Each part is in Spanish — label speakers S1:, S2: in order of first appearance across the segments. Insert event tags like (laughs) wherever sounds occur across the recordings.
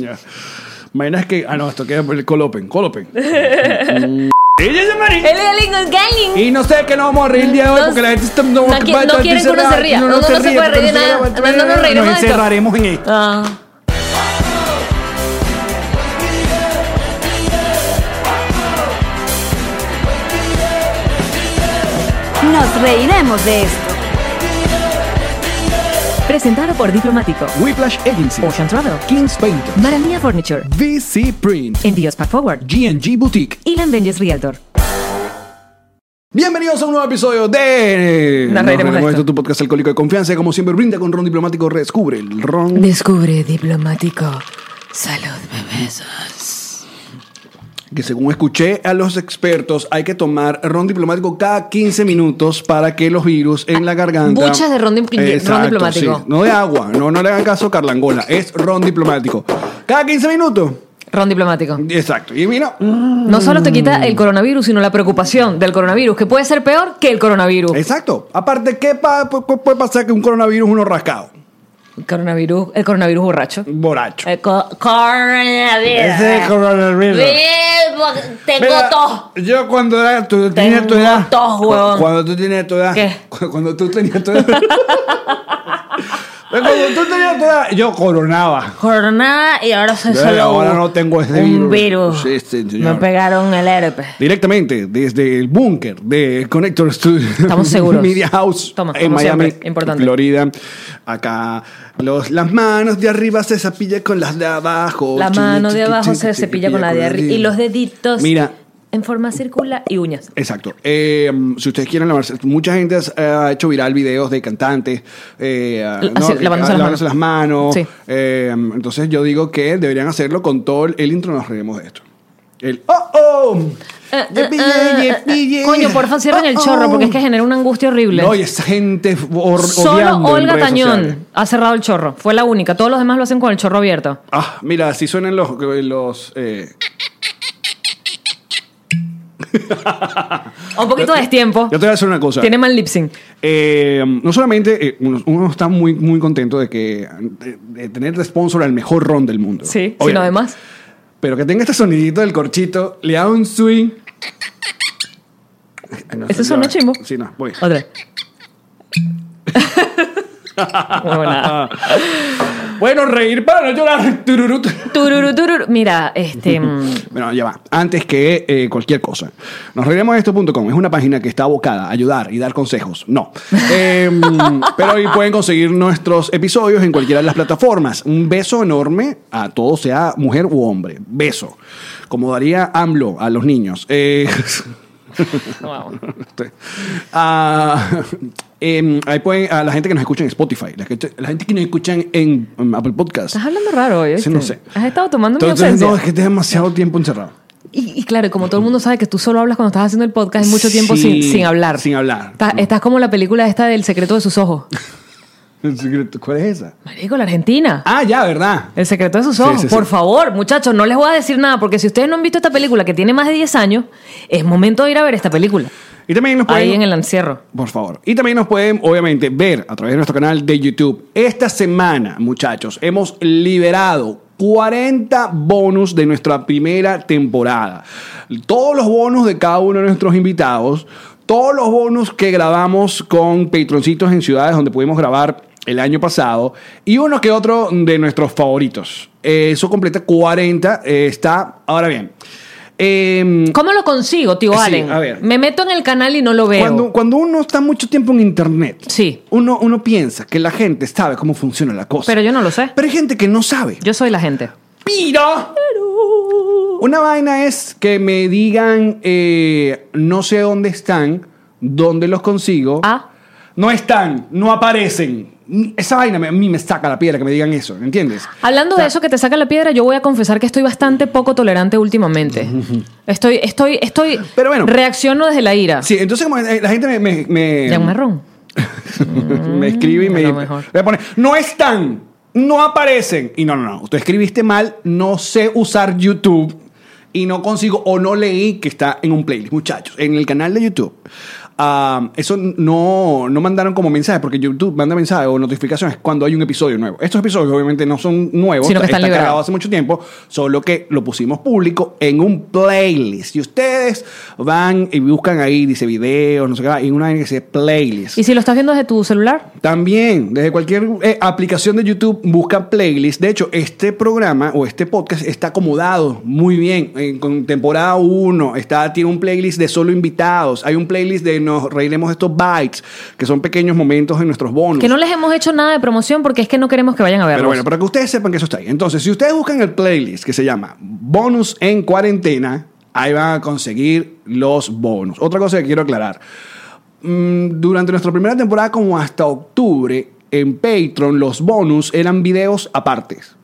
S1: Ya. Imaginas que. Ah, no, esto queda por el Colopen.
S2: (laughs)
S1: Colopen. Ella es Mari.
S2: El Galingo Galing.
S1: Y no sé que no vamos a reír el día de hoy
S2: No,
S1: porque la gente está.
S2: no qui- no
S1: está
S2: quieren que uno
S1: encerrada,
S2: se ría.
S1: no
S2: Uno
S1: se
S2: no se
S1: ríe,
S2: puede
S1: porque
S2: reír de
S1: se
S2: nada.
S1: ríe,
S2: No nos reiremos de
S1: Nos
S2: esto.
S1: encerraremos en esto.
S2: Ah.
S3: Nos reiremos de esto.
S4: Presentado por Diplomático,
S1: Whiplash Agency.
S4: Ocean Travel,
S1: Kings Painter.
S4: Maranía Furniture,
S1: VC Print.
S4: Envíos Pack Forward
S1: GNG Boutique.
S4: y Lambenges Realtor.
S1: Bienvenidos a un nuevo episodio de
S4: Nos reiremos de
S1: de
S4: esto.
S1: tu podcast alcohólico de confianza. Como siempre, brinda con ron diplomático. Redescubre el ron.
S2: Descubre diplomático. Salud, bebés.
S1: Que según escuché a los expertos, hay que tomar ron diplomático cada 15 minutos para que los virus en la garganta.
S2: buchas de ron di- ron diplomático.
S1: sí. No de agua, no, no le hagan caso a Carlangola. Es ron diplomático. Cada 15 minutos.
S2: Ron diplomático.
S1: Exacto. Y mira.
S2: No solo te quita el coronavirus, sino la preocupación del coronavirus, que puede ser peor que el coronavirus.
S1: Exacto. Aparte, ¿qué pa- pu- pu- puede pasar que un coronavirus uno rascado?
S2: El coronavirus, el coronavirus borracho.
S1: Borracho.
S2: El co- coronavirus.
S1: Ese coronavirus.
S2: Vivo, Tengo
S1: Mira,
S2: tos.
S1: Yo cuando era, tú tenías tu edad.
S2: tos,
S1: cu-
S2: huevón.
S1: Cuando tú tenías tu edad.
S2: ¿Qué?
S1: cu- Cuando tú tenías tu edad. cuando tú tenías tu edad, yo coronaba.
S2: Corona y ahora soy
S1: Yo
S2: solo
S1: ahora
S2: un-
S1: no tengo ese
S2: un
S1: virus.
S2: virus.
S1: Sí, sí, señor.
S2: Me pegaron el herpes.
S1: Directamente desde el búnker de Connector Studio. (laughs)
S2: Estamos seguros.
S1: Media House
S2: Toma,
S1: en
S2: como
S1: Miami,
S2: siempre, importante.
S1: Florida. Acá los, las manos de arriba se cepilla con las de abajo.
S2: La
S1: Oh, Chiqui,
S2: mano de
S1: chiqui,
S2: abajo
S1: chiqui,
S2: se
S1: chiqui,
S2: cepilla con la de arriba. Y los deditos
S1: Mira.
S2: en forma circular y uñas.
S1: Exacto. Eh, si ustedes quieren lavarse, mucha gente has- ha hecho viral videos de cantantes eh,
S2: Así, lavándose las manos.
S1: las manos.
S2: Sí.
S1: Eh, entonces yo digo que deberían hacerlo con todo el, el intro, nos reiremos de esto. El oh oh.
S2: Eh, eh,
S1: Yepi,
S2: eh, eh,
S1: yepi, ye.
S2: Coño, porfa, cierren el
S1: Oh,
S2: chorro porque es que
S1: oh.
S2: genera una angustia horrible.
S1: No, y esa gente or-
S2: Solo
S1: odiando en
S2: Olga
S1: redes sociales.
S2: Tañón ha cerrado el chorro. Fue la única. Todos los demás lo hacen con el chorro abierto.
S1: Ah, mira, así suenan los. los eh,
S2: Un poquito de destiempo.
S1: Yo te voy a decir una cosa.
S2: Tiene mal lip sync.
S1: Eh, no solamente eh, uno, uno está muy, muy contento de que de, de tener de sponsor al mejor ron del mundo.
S2: Sí,
S1: Obviamente.
S2: sino además.
S1: Pero que tenga este sonidito del corchito, le da un swing. Ay, no,
S2: Ese
S1: ya
S2: suena
S1: va.
S2: chimbo.
S1: Sí, no, voy. (laughs)
S2: Otra. Huevonada.
S1: Ah. (laughs) Bueno, reír para no llorar. Tururut.
S2: Tururú, tururú. Mira, este. mm,
S1: (laughs) Bueno, ya va. Antes que eh, cualquier cosa. Nos reiremos de esto.com. Es una página que está abocada a ayudar y dar consejos.
S2: (laughs)
S1: No. Eh, pero ahí pueden conseguir nuestros episodios en cualquiera de las plataformas. Un beso enorme a todos, sea mujer u hombre. Beso. Como daría AMLO a los niños. Eh, (laughs)
S2: wow.
S1: este, a- em, ahí pueden, a la gente que nos escucha en Spotify, la gente, la gente que nos escucha en, en Apple Podcast.
S2: Estás hablando raro hoy.
S1: Sí,
S2: ¿oíste?
S1: no sé.
S2: Has estado tomando mi
S1: Entonces,
S2: ausencia.
S1: no, es que es demasiado tiempo encerrado.
S2: y, y claro, como todo el mundo sabe que tú solo hablas cuando estás haciendo el podcast, es mucho tiempo
S1: Sí,
S2: sin, sin hablar.
S1: sin hablar.
S2: Estás, estás como la película esta del secreto de sus ojos.
S1: El secreto, ¿Cuál es esa?
S2: Marico, la Argentina.
S1: Ah, ya, ¿verdad?
S2: El secreto de sus
S1: Sí,
S2: ojos.
S1: sí, sí.
S2: Por favor, muchachos, no les voy a decir nada, porque si ustedes no han visto esta película que tiene más de 10 años, es momento de ir a ver esta película.
S1: Y también nos pueden...
S2: Ahí en el encierro.
S1: Por favor. Y también nos pueden, obviamente, ver a través de nuestro canal de YouTube. Esta semana, muchachos, hemos liberado 40 bonus de nuestra primera temporada. Todos los bonus de cada uno de nuestros invitados, todos los bonus que grabamos con patroncitos en ciudades donde pudimos grabar el año pasado y uno que otro de nuestros favoritos. Eh, Eso completa 40. eh, está, ahora bien. em,
S2: ¿Cómo lo consigo, tío
S1: Sí,
S2: Allen?
S1: a ver.
S2: Me meto en el canal y no lo veo.
S1: Cuando, cuando uno está mucho tiempo en internet,
S2: Sí.
S1: uno, uno piensa que la gente sabe cómo funciona la cosa.
S2: Pero yo no lo sé.
S1: Pero hay gente que no sabe.
S2: Yo soy la gente.
S1: Pero. Una vaina es que me digan, eh, no sé dónde están, dónde los consigo.
S2: Ah.
S1: No están, no aparecen. Esa vaina me- a mí me saca la piedra que me digan eso, ¿entiendes?
S2: Hablando de eso que te saca la piedra, yo voy a confesar que estoy bastante poco tolerante
S1: (laughs)
S2: últimamente. Estoy, estoy, estoy.
S1: Pero bueno.
S2: Reacciono desde la ira.
S1: Sí, entonces como eh, la gente me... me, me-
S2: Ya un marrón.
S1: (laughs) me escribe y
S2: a
S1: me
S2: Mm, lo mejor.
S1: le pone, no están, no aparecen. Y no, no, no, tú escribiste mal, no sé usar YouTube y no consigo o no leí que está en un playlist, muchachos, en el canal de YouTube. ah, ah, eso no, no mandaron como mensaje, porque YouTube manda mensajes o notificaciones cuando hay un episodio nuevo. Estos episodios obviamente no son nuevos,
S2: Sino que
S1: está
S2: están liberados.
S1: cargado hace mucho tiempo, solo que lo pusimos público en un playlist. Y ustedes van y buscan ahí, dice videos, no sé qué, y una vaina que dice playlist.
S2: Y si lo estás viendo desde tu celular,
S1: También, desde cualquier eh, aplicación de YouTube, busca playlist. De hecho, este programa o este podcast está acomodado muy bien. En, con temporada 1 está, tiene un playlist de solo invitados. Hay un playlist de Nos Reiremos de estos bytes, que son pequeños momentos en nuestros bonos.
S2: que no les hemos hecho nada de promoción porque es que no queremos que vayan a verlos.
S1: Pero bueno, para que ustedes sepan que eso está ahí. Entonces, si ustedes buscan el playlist que se llama Bonus en Cuarentena, ahí van a conseguir los bonos. Otra cosa que quiero aclarar. Mm, Durante nuestra primera temporada, como hasta octubre, en Patreon los bonus eran videos apartes.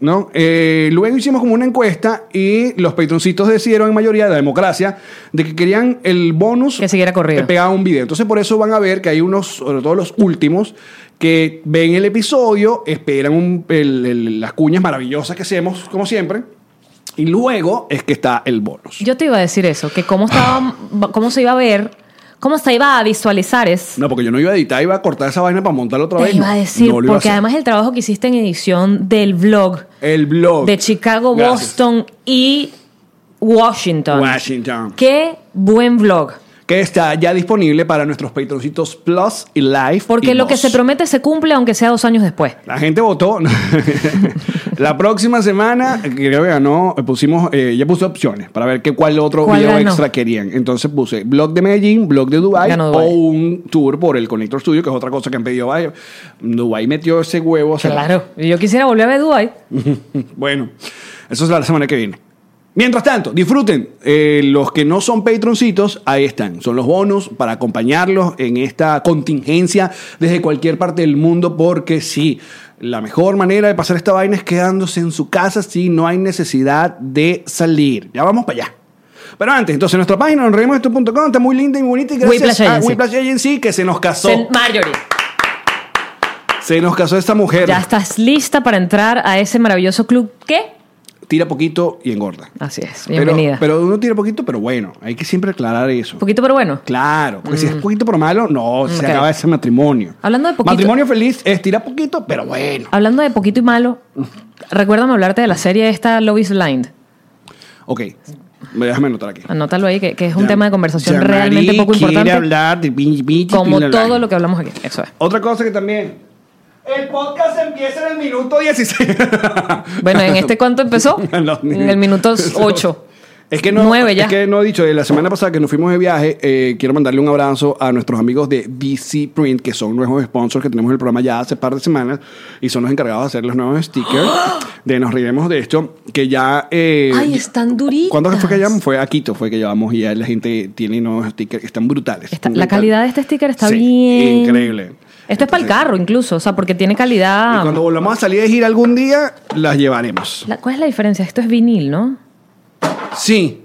S1: ¿No? Eh, luego hicimos como una encuesta y los patroncitos decidieron en mayoría de la democracia de que querían el bonus
S2: Que siguiera corrido.
S1: pegado a un video. Entonces por eso van a ver que hay unos, sobre todo los últimos, que ven el episodio, esperan un- el- el- las cuñas maravillosas que hacemos, como siempre, y luego es que está el bonus.
S2: Yo te iba a decir eso, que cómo,
S1: (laughs)
S2: estaba, cómo se iba a ver, cómo se iba a visualizar es...
S1: No, porque yo no iba a editar, iba a cortar esa vaina para montarla otra
S2: te
S1: vez.
S2: iba a
S1: No,
S2: decir,
S1: no lo iba a
S2: porque
S1: hacer.
S2: además el trabajo que hiciste en edición del vlog
S1: El blog.
S2: de Chicago,
S1: Gracias.
S2: Boston y Washington.
S1: Washington.
S2: Qué buen vlog.
S1: Que está ya disponible para nuestros patroncitos Plus y Live.
S2: Porque
S1: y
S2: lo que
S1: Nos.
S2: se promete se cumple aunque sea dos años después.
S1: La gente votó. (laughs) la próxima semana, que creo que ganó, eh, pusimos, eh, ya puse opciones para ver qué, cuál otro
S2: ¿Cuál
S1: video
S2: ganó?
S1: extra querían. Entonces puse blog de Medellín, blog de Dubai
S2: Ganó
S1: o
S2: Dubái.
S1: un tour por el Connector Studio, que es otra cosa que han pedido. Vaya, Dubai metió ese huevo. o sea,
S2: Claro. Y Yo quisiera volver a ver Dubai.
S1: Bueno, eso es la semana que viene. Mientras tanto, disfruten. Eh, los que no son patroncitos, ahí están. Son los bonos para acompañarlos en esta contingencia desde cualquier parte del mundo, porque sí, la mejor manera de pasar esta vaina es quedándose en su casa si no hay necesidad de salir. Ya vamos para allá. Pero antes, entonces, nuestra página, esto.com está muy linda y muy bonita y gracias
S2: Whiplash
S1: a
S2: Agency.
S1: Whiplash Agency que se nos casó.
S2: Sen- Marjorie,
S1: Se nos casó esta mujer.
S2: ya estás lista para entrar a ese maravilloso club que...
S1: Tira poquito y engorda.
S2: Así es,
S1: Pero-
S2: bienvenida.
S1: Pero, uno tira poquito, pero bueno, hay que siempre aclarar eso.
S2: Poquito pero bueno.
S1: Claro, porque si es poquito pero malo, no, se
S2: Ok.
S1: acaba ese matrimonio.
S2: Hablando de poquito- Ah.
S1: Matrimonio feliz es tira poquito, pero bueno.
S2: Hablando de poquito y malo, recuérdame hablarte de la serie esta Love is Blind.
S1: Ok, déjame anotar aquí.
S2: Anótalo ahí, que, que es un
S1: Ya-
S2: tema de conversación
S1: Yamari
S2: realmente poco
S1: quiere
S2: importante.
S1: hablar de pinche, pinche,
S2: como
S1: pinche,
S2: todo
S1: bla,
S2: lo
S1: bla.
S2: que hablamos aquí. Eso es.
S1: Otra cosa que también... El podcast empieza en el minuto (laughs) 16.
S2: Bueno, ¿en este
S1: (laughs)
S2: cuánto empezó? En el minuto 8.
S1: Es que no,
S2: Nueve ya.
S1: es que no he dicho, eh, la semana pasada que nos fuimos de viaje, eh, quiero mandarle un abrazo a nuestros amigos de DC Print, que son nuevos sponsors que tenemos en el programa ya hace par de semanas y son los encargados de hacer los nuevos
S2: (gasps)
S1: stickers de Nos Riremos de Esto, que ya... eh,
S2: Ay, están duritas.
S1: ¿Cuándo fue que llevamos? Fue a Quito, fue que llevamos y ya la gente tiene nuevos stickers que están brutales.
S2: Está- la
S1: Brutales.
S2: calidad de este sticker está
S1: Sí,
S2: bien.
S1: Increíble.
S2: Esto es para el
S1: Entonces,
S2: carro incluso, o sea, porque tiene
S1: Y
S2: calidad.
S1: cuando volvamos a salir de gira algún día, las llevaremos.
S2: La- ¿Cuál es la diferencia? Esto es vinil, ¿no?
S1: Sí,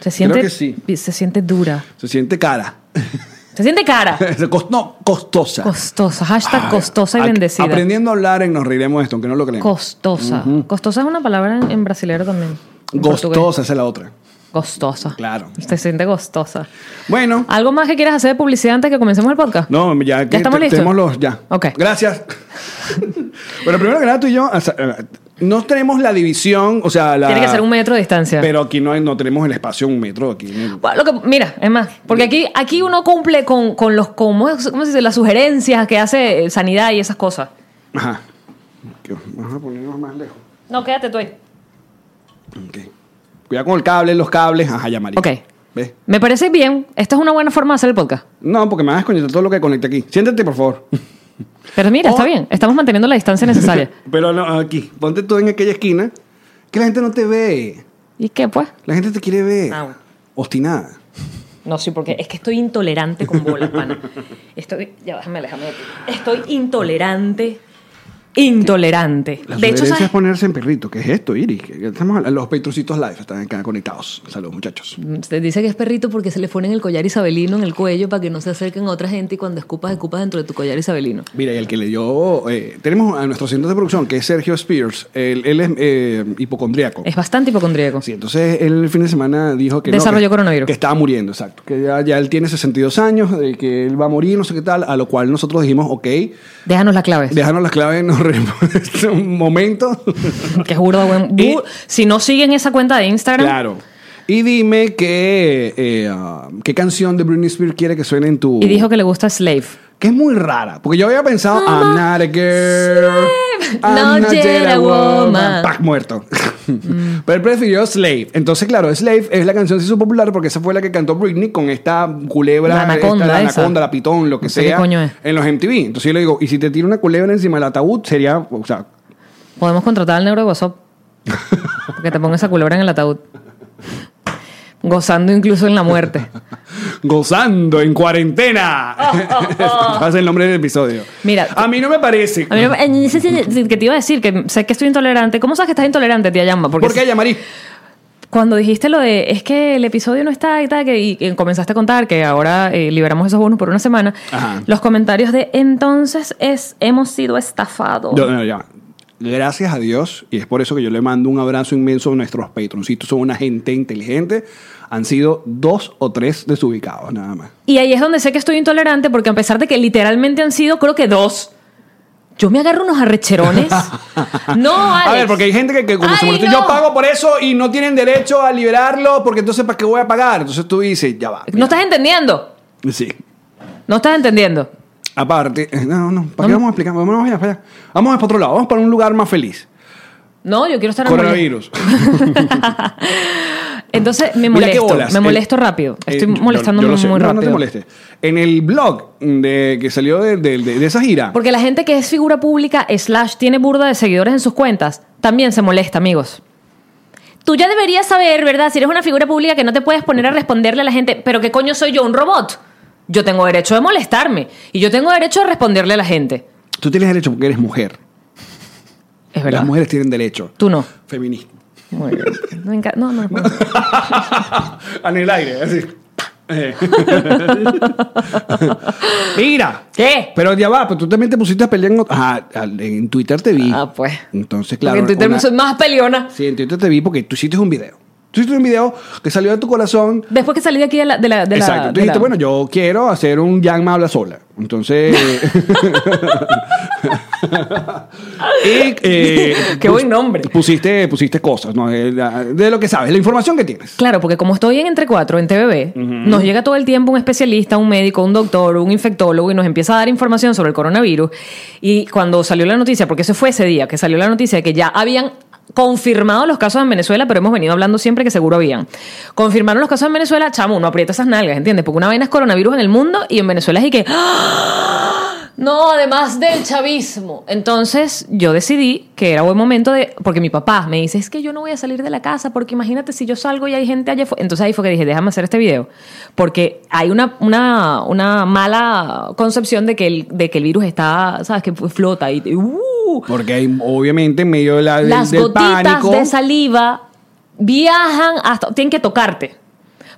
S2: Se siente,
S1: que sí.
S2: Se siente dura.
S1: se siente cara. (laughs)
S2: Se siente cara.
S1: Cost- no, costosa.
S2: costosa. Hashtag
S1: Ah,
S2: costosa y
S1: a-
S2: bendecida.
S1: Aprendiendo a hablar en Nos Reiremos de Esto, aunque no lo crean.
S2: Costosa. Costosa es una palabra en, en brasilero también. en portugués.
S1: Gostosa, esa es la otra.
S2: Gostosa.
S1: Claro.
S2: Se siente gostosa.
S1: Bueno,
S2: ¿Algo más que quieras hacer de publicidad antes que comencemos el podcast?
S1: no, ya, que
S2: estamos
S1: te-
S2: listos?
S1: Tenemos los ya.
S2: Ok.
S1: Gracias. (laughs) bueno, primero que nada, tú y yo, o sea, eh, no tenemos la división, o sea, la.
S2: Tiene que ser un metro de distancia.
S1: Pero aquí no, hay- no tenemos el espacio, un metro aquí. ¿no?
S2: Bueno, lo que- mira, es más, porque aquí, aquí uno cumple con, con los ¿cómo, es- cómo se dice? las sugerencias que hace eh, sanidad y esas cosas.
S1: Ajá. Ok, Vamos a ponernos más lejos.
S2: No, quédate tú ahí.
S1: Ok. Cuidado con el cable, los cables. Ajá, ya, María.
S2: Ok.
S1: ¿Ves?
S2: Me parece bien. Esta es una buena forma de hacer el podcast.
S1: No, porque me vas a desconectar todo lo que conecte aquí. Siéntate, por favor.
S2: Pero mira,
S1: Oh.
S2: está bien. Estamos manteniendo la distancia necesaria.
S1: Pero no, aquí, ponte tú en aquella esquina que la gente no te ve.
S2: (laughs) ¿Y qué, pues?
S1: La gente te quiere ver.
S2: Ah, bueno.
S1: Obstinada.
S2: No, sí, porque es que estoy intolerante con bolas, pana. Estoy. Ya, déjame alejarme de ti. Estoy intolerante intolerante.
S1: La
S2: de hecho,
S1: sugerencia
S2: ¿sabes?
S1: es ponerse en perrito. ¿Qué es esto, Iris? ¿Qué- qué Estamos hablando? los Petrocitos Live están acá conectados. Saludos, muchachos.
S2: Se dice que es perrito porque se le ponen el collar isabelino en el cuello para que no se acerquen a otra gente y cuando escupas, escupas dentro de tu collar isabelino.
S1: Mira, y el que le dio. eh, tenemos a nuestro centro de producción, que es Sergio Spears. Él, él es eh, hipocondríaco.
S2: Es bastante hipocondríaco.
S1: Sí, entonces él el fin de semana dijo que. no,
S2: Desarrolló
S1: que-
S2: coronavirus.
S1: Que estaba muriendo, exacto. Que ya, ya él tiene 62 años, de que él va a morir, no sé qué tal. A lo cual nosotros dijimos, ok,
S2: Déjanos las claves.
S1: déjanos las claves (laughs) en un momento.
S2: (laughs) Que es burda buen.
S1: Y-
S2: bu- si no siguen esa cuenta de Instagram,
S1: Claro. Y dime qué, eh, ah, qué canción de Britney Spears quiere que suene en tu.
S2: y dijo que le gusta Slave.
S1: Que es muy rara. Porque yo había pensado, I'm not a girl.
S2: slave,
S1: I'm
S2: not yet a woman. Mm.
S1: Pac muerto. (laughs) Pero él prefirió Slave. Entonces, claro, Slave es la canción que se hizo popular porque esa fue la que cantó Britney con esta culebra.
S2: La anaconda
S1: esta- la
S2: esa.
S1: anaconda, la pitón, lo que
S2: No sé qué
S1: sea.
S2: coño es.
S1: En los MTV. Entonces yo le digo, y si te tira una culebra encima del ataúd, sería. O sea,
S2: Podemos contratar al neuro de
S1: (laughs)
S2: WhatsApp. que te ponga esa culebra en el ataúd. Gozando incluso en la muerte.
S1: Gozando en
S2: (laughs)
S1: cuarentena. (laughs) Hace el nombre del episodio.
S2: Mira,
S1: a mí no me parece.
S2: A mí no me- eh, sí, sí, sí, que te iba a decir que sé que estoy intolerante. ¿Cómo sabes que estás intolerante, tía Yamba? Porque
S1: ¿Por qué llamarí?
S2: cuando dijiste lo de es que el episodio no está y tal, que, y, que comenzaste a contar que ahora eh, liberamos esos bonos por una semana,
S1: Ajá.
S2: los comentarios de entonces es hemos sido estafados.
S1: No, no, ya. Gracias a Dios, y es por eso que yo le mando un abrazo inmenso a nuestros patroncitos. Son una gente inteligente. Han sido dos o tres desubicados, nada más.
S2: Y ahí es donde sé que estoy intolerante porque a pesar de que literalmente han sido, creo que dos, yo me agarro
S1: (laughs)
S2: unos arrecherones. no, Alex.
S1: A ver, porque hay gente que, que como se
S2: Ay,
S1: molesta,
S2: no.
S1: yo pago por eso y no tienen derecho a liberarlo, porque entonces, ¿para qué voy a pagar? Entonces tú dices, ya va.
S2: No estás entendiendo.
S1: Sí.
S2: No estás entendiendo.
S1: Aparte, eh, no, no, ¿para qué vamos a explicar? Vamos allá, para allá. Vamos para otro lado, vamos para un lugar más feliz.
S2: No, yo quiero estar en el
S1: Coronavirus.
S2: Entonces me
S1: Mira qué
S2: molesto,
S1: bolas.
S2: me
S1: El-
S2: molesto rápido. Estoy
S1: Eh, yo-
S2: molestándome
S1: yo lo sé.
S2: muy
S1: No,
S2: rápido.
S1: No te molestes. En el blog de, que salió de, de- de- de esa gira.
S2: Porque la gente que es figura pública, slash, tiene burda de seguidores en sus cuentas, también se molesta, amigos. Tú ya deberías saber, ¿verdad? Si eres una figura pública que no te puedes poner a responderle a la gente, pero ¿qué coño soy yo? ¿Un robot? Yo tengo derecho de molestarme y yo tengo derecho de responderle a la gente.
S1: Tú tienes derecho porque eres mujer.
S2: Es verdad.
S1: Las mujeres tienen derecho.
S2: Tú no.
S1: Feminista. (laughs)
S2: Muy bien. Me encanta- No, no, no.
S1: en el aire, así. (laughs) Eh. Mira.
S2: ¿Qué?
S1: Pero ya va, pero tú también te pusiste a pelear en, ot- Ajá, al- en Twitter te vi.
S2: Ah, pues.
S1: Entonces,
S2: Porque
S1: claro.
S2: en Twitter
S1: una-
S2: soy más peleona.
S1: Sí, en Twitter te vi porque tú hiciste un video. Tú hiciste un video que salió de tu corazón
S2: Después que salí de aquí de la... De la, de la-
S1: Exacto. Tú
S2: de la-
S1: dijiste, bueno, yo quiero hacer un Yang habla sola. Entonces.
S2: (laughs)
S1: (laughs) y, eh,
S2: Qué buen nombre.
S1: Pusiste, pusiste cosas, ¿no? De, la- de lo que sabes, la información que tienes.
S2: Claro, porque como estoy en Entre Cuatro, en TVB, nos llega todo el tiempo un especialista, un médico, un doctor, un infectólogo y nos empieza a dar información sobre el coronavirus. Y cuando salió la noticia, porque eso fue ese día que salió la noticia de que ya habían confirmado los casos en Venezuela, pero hemos venido hablando siempre que seguro habían. Confirmaron los casos en Venezuela, chamo, uno aprieta esas nalgas, ¿entiendes? Porque una vaina es coronavirus en el mundo y en Venezuela es y que... ¡ah! No, además del chavismo. Entonces yo decidí que era buen momento de... Porque mi papá me dice, es que yo no voy a salir de la casa porque imagínate si yo salgo y hay gente allá afuera. Entonces ahí fue que dije, déjame hacer este video. Porque hay una, una, una mala concepción de que, el, de que el virus está, ¿sabes? Que flota y... ¡uh!
S1: Porque hay, obviamente, en medio de la, del-
S2: las
S1: del
S2: gotitas
S1: pánico.
S2: de saliva viajan hasta tienen que tocarte.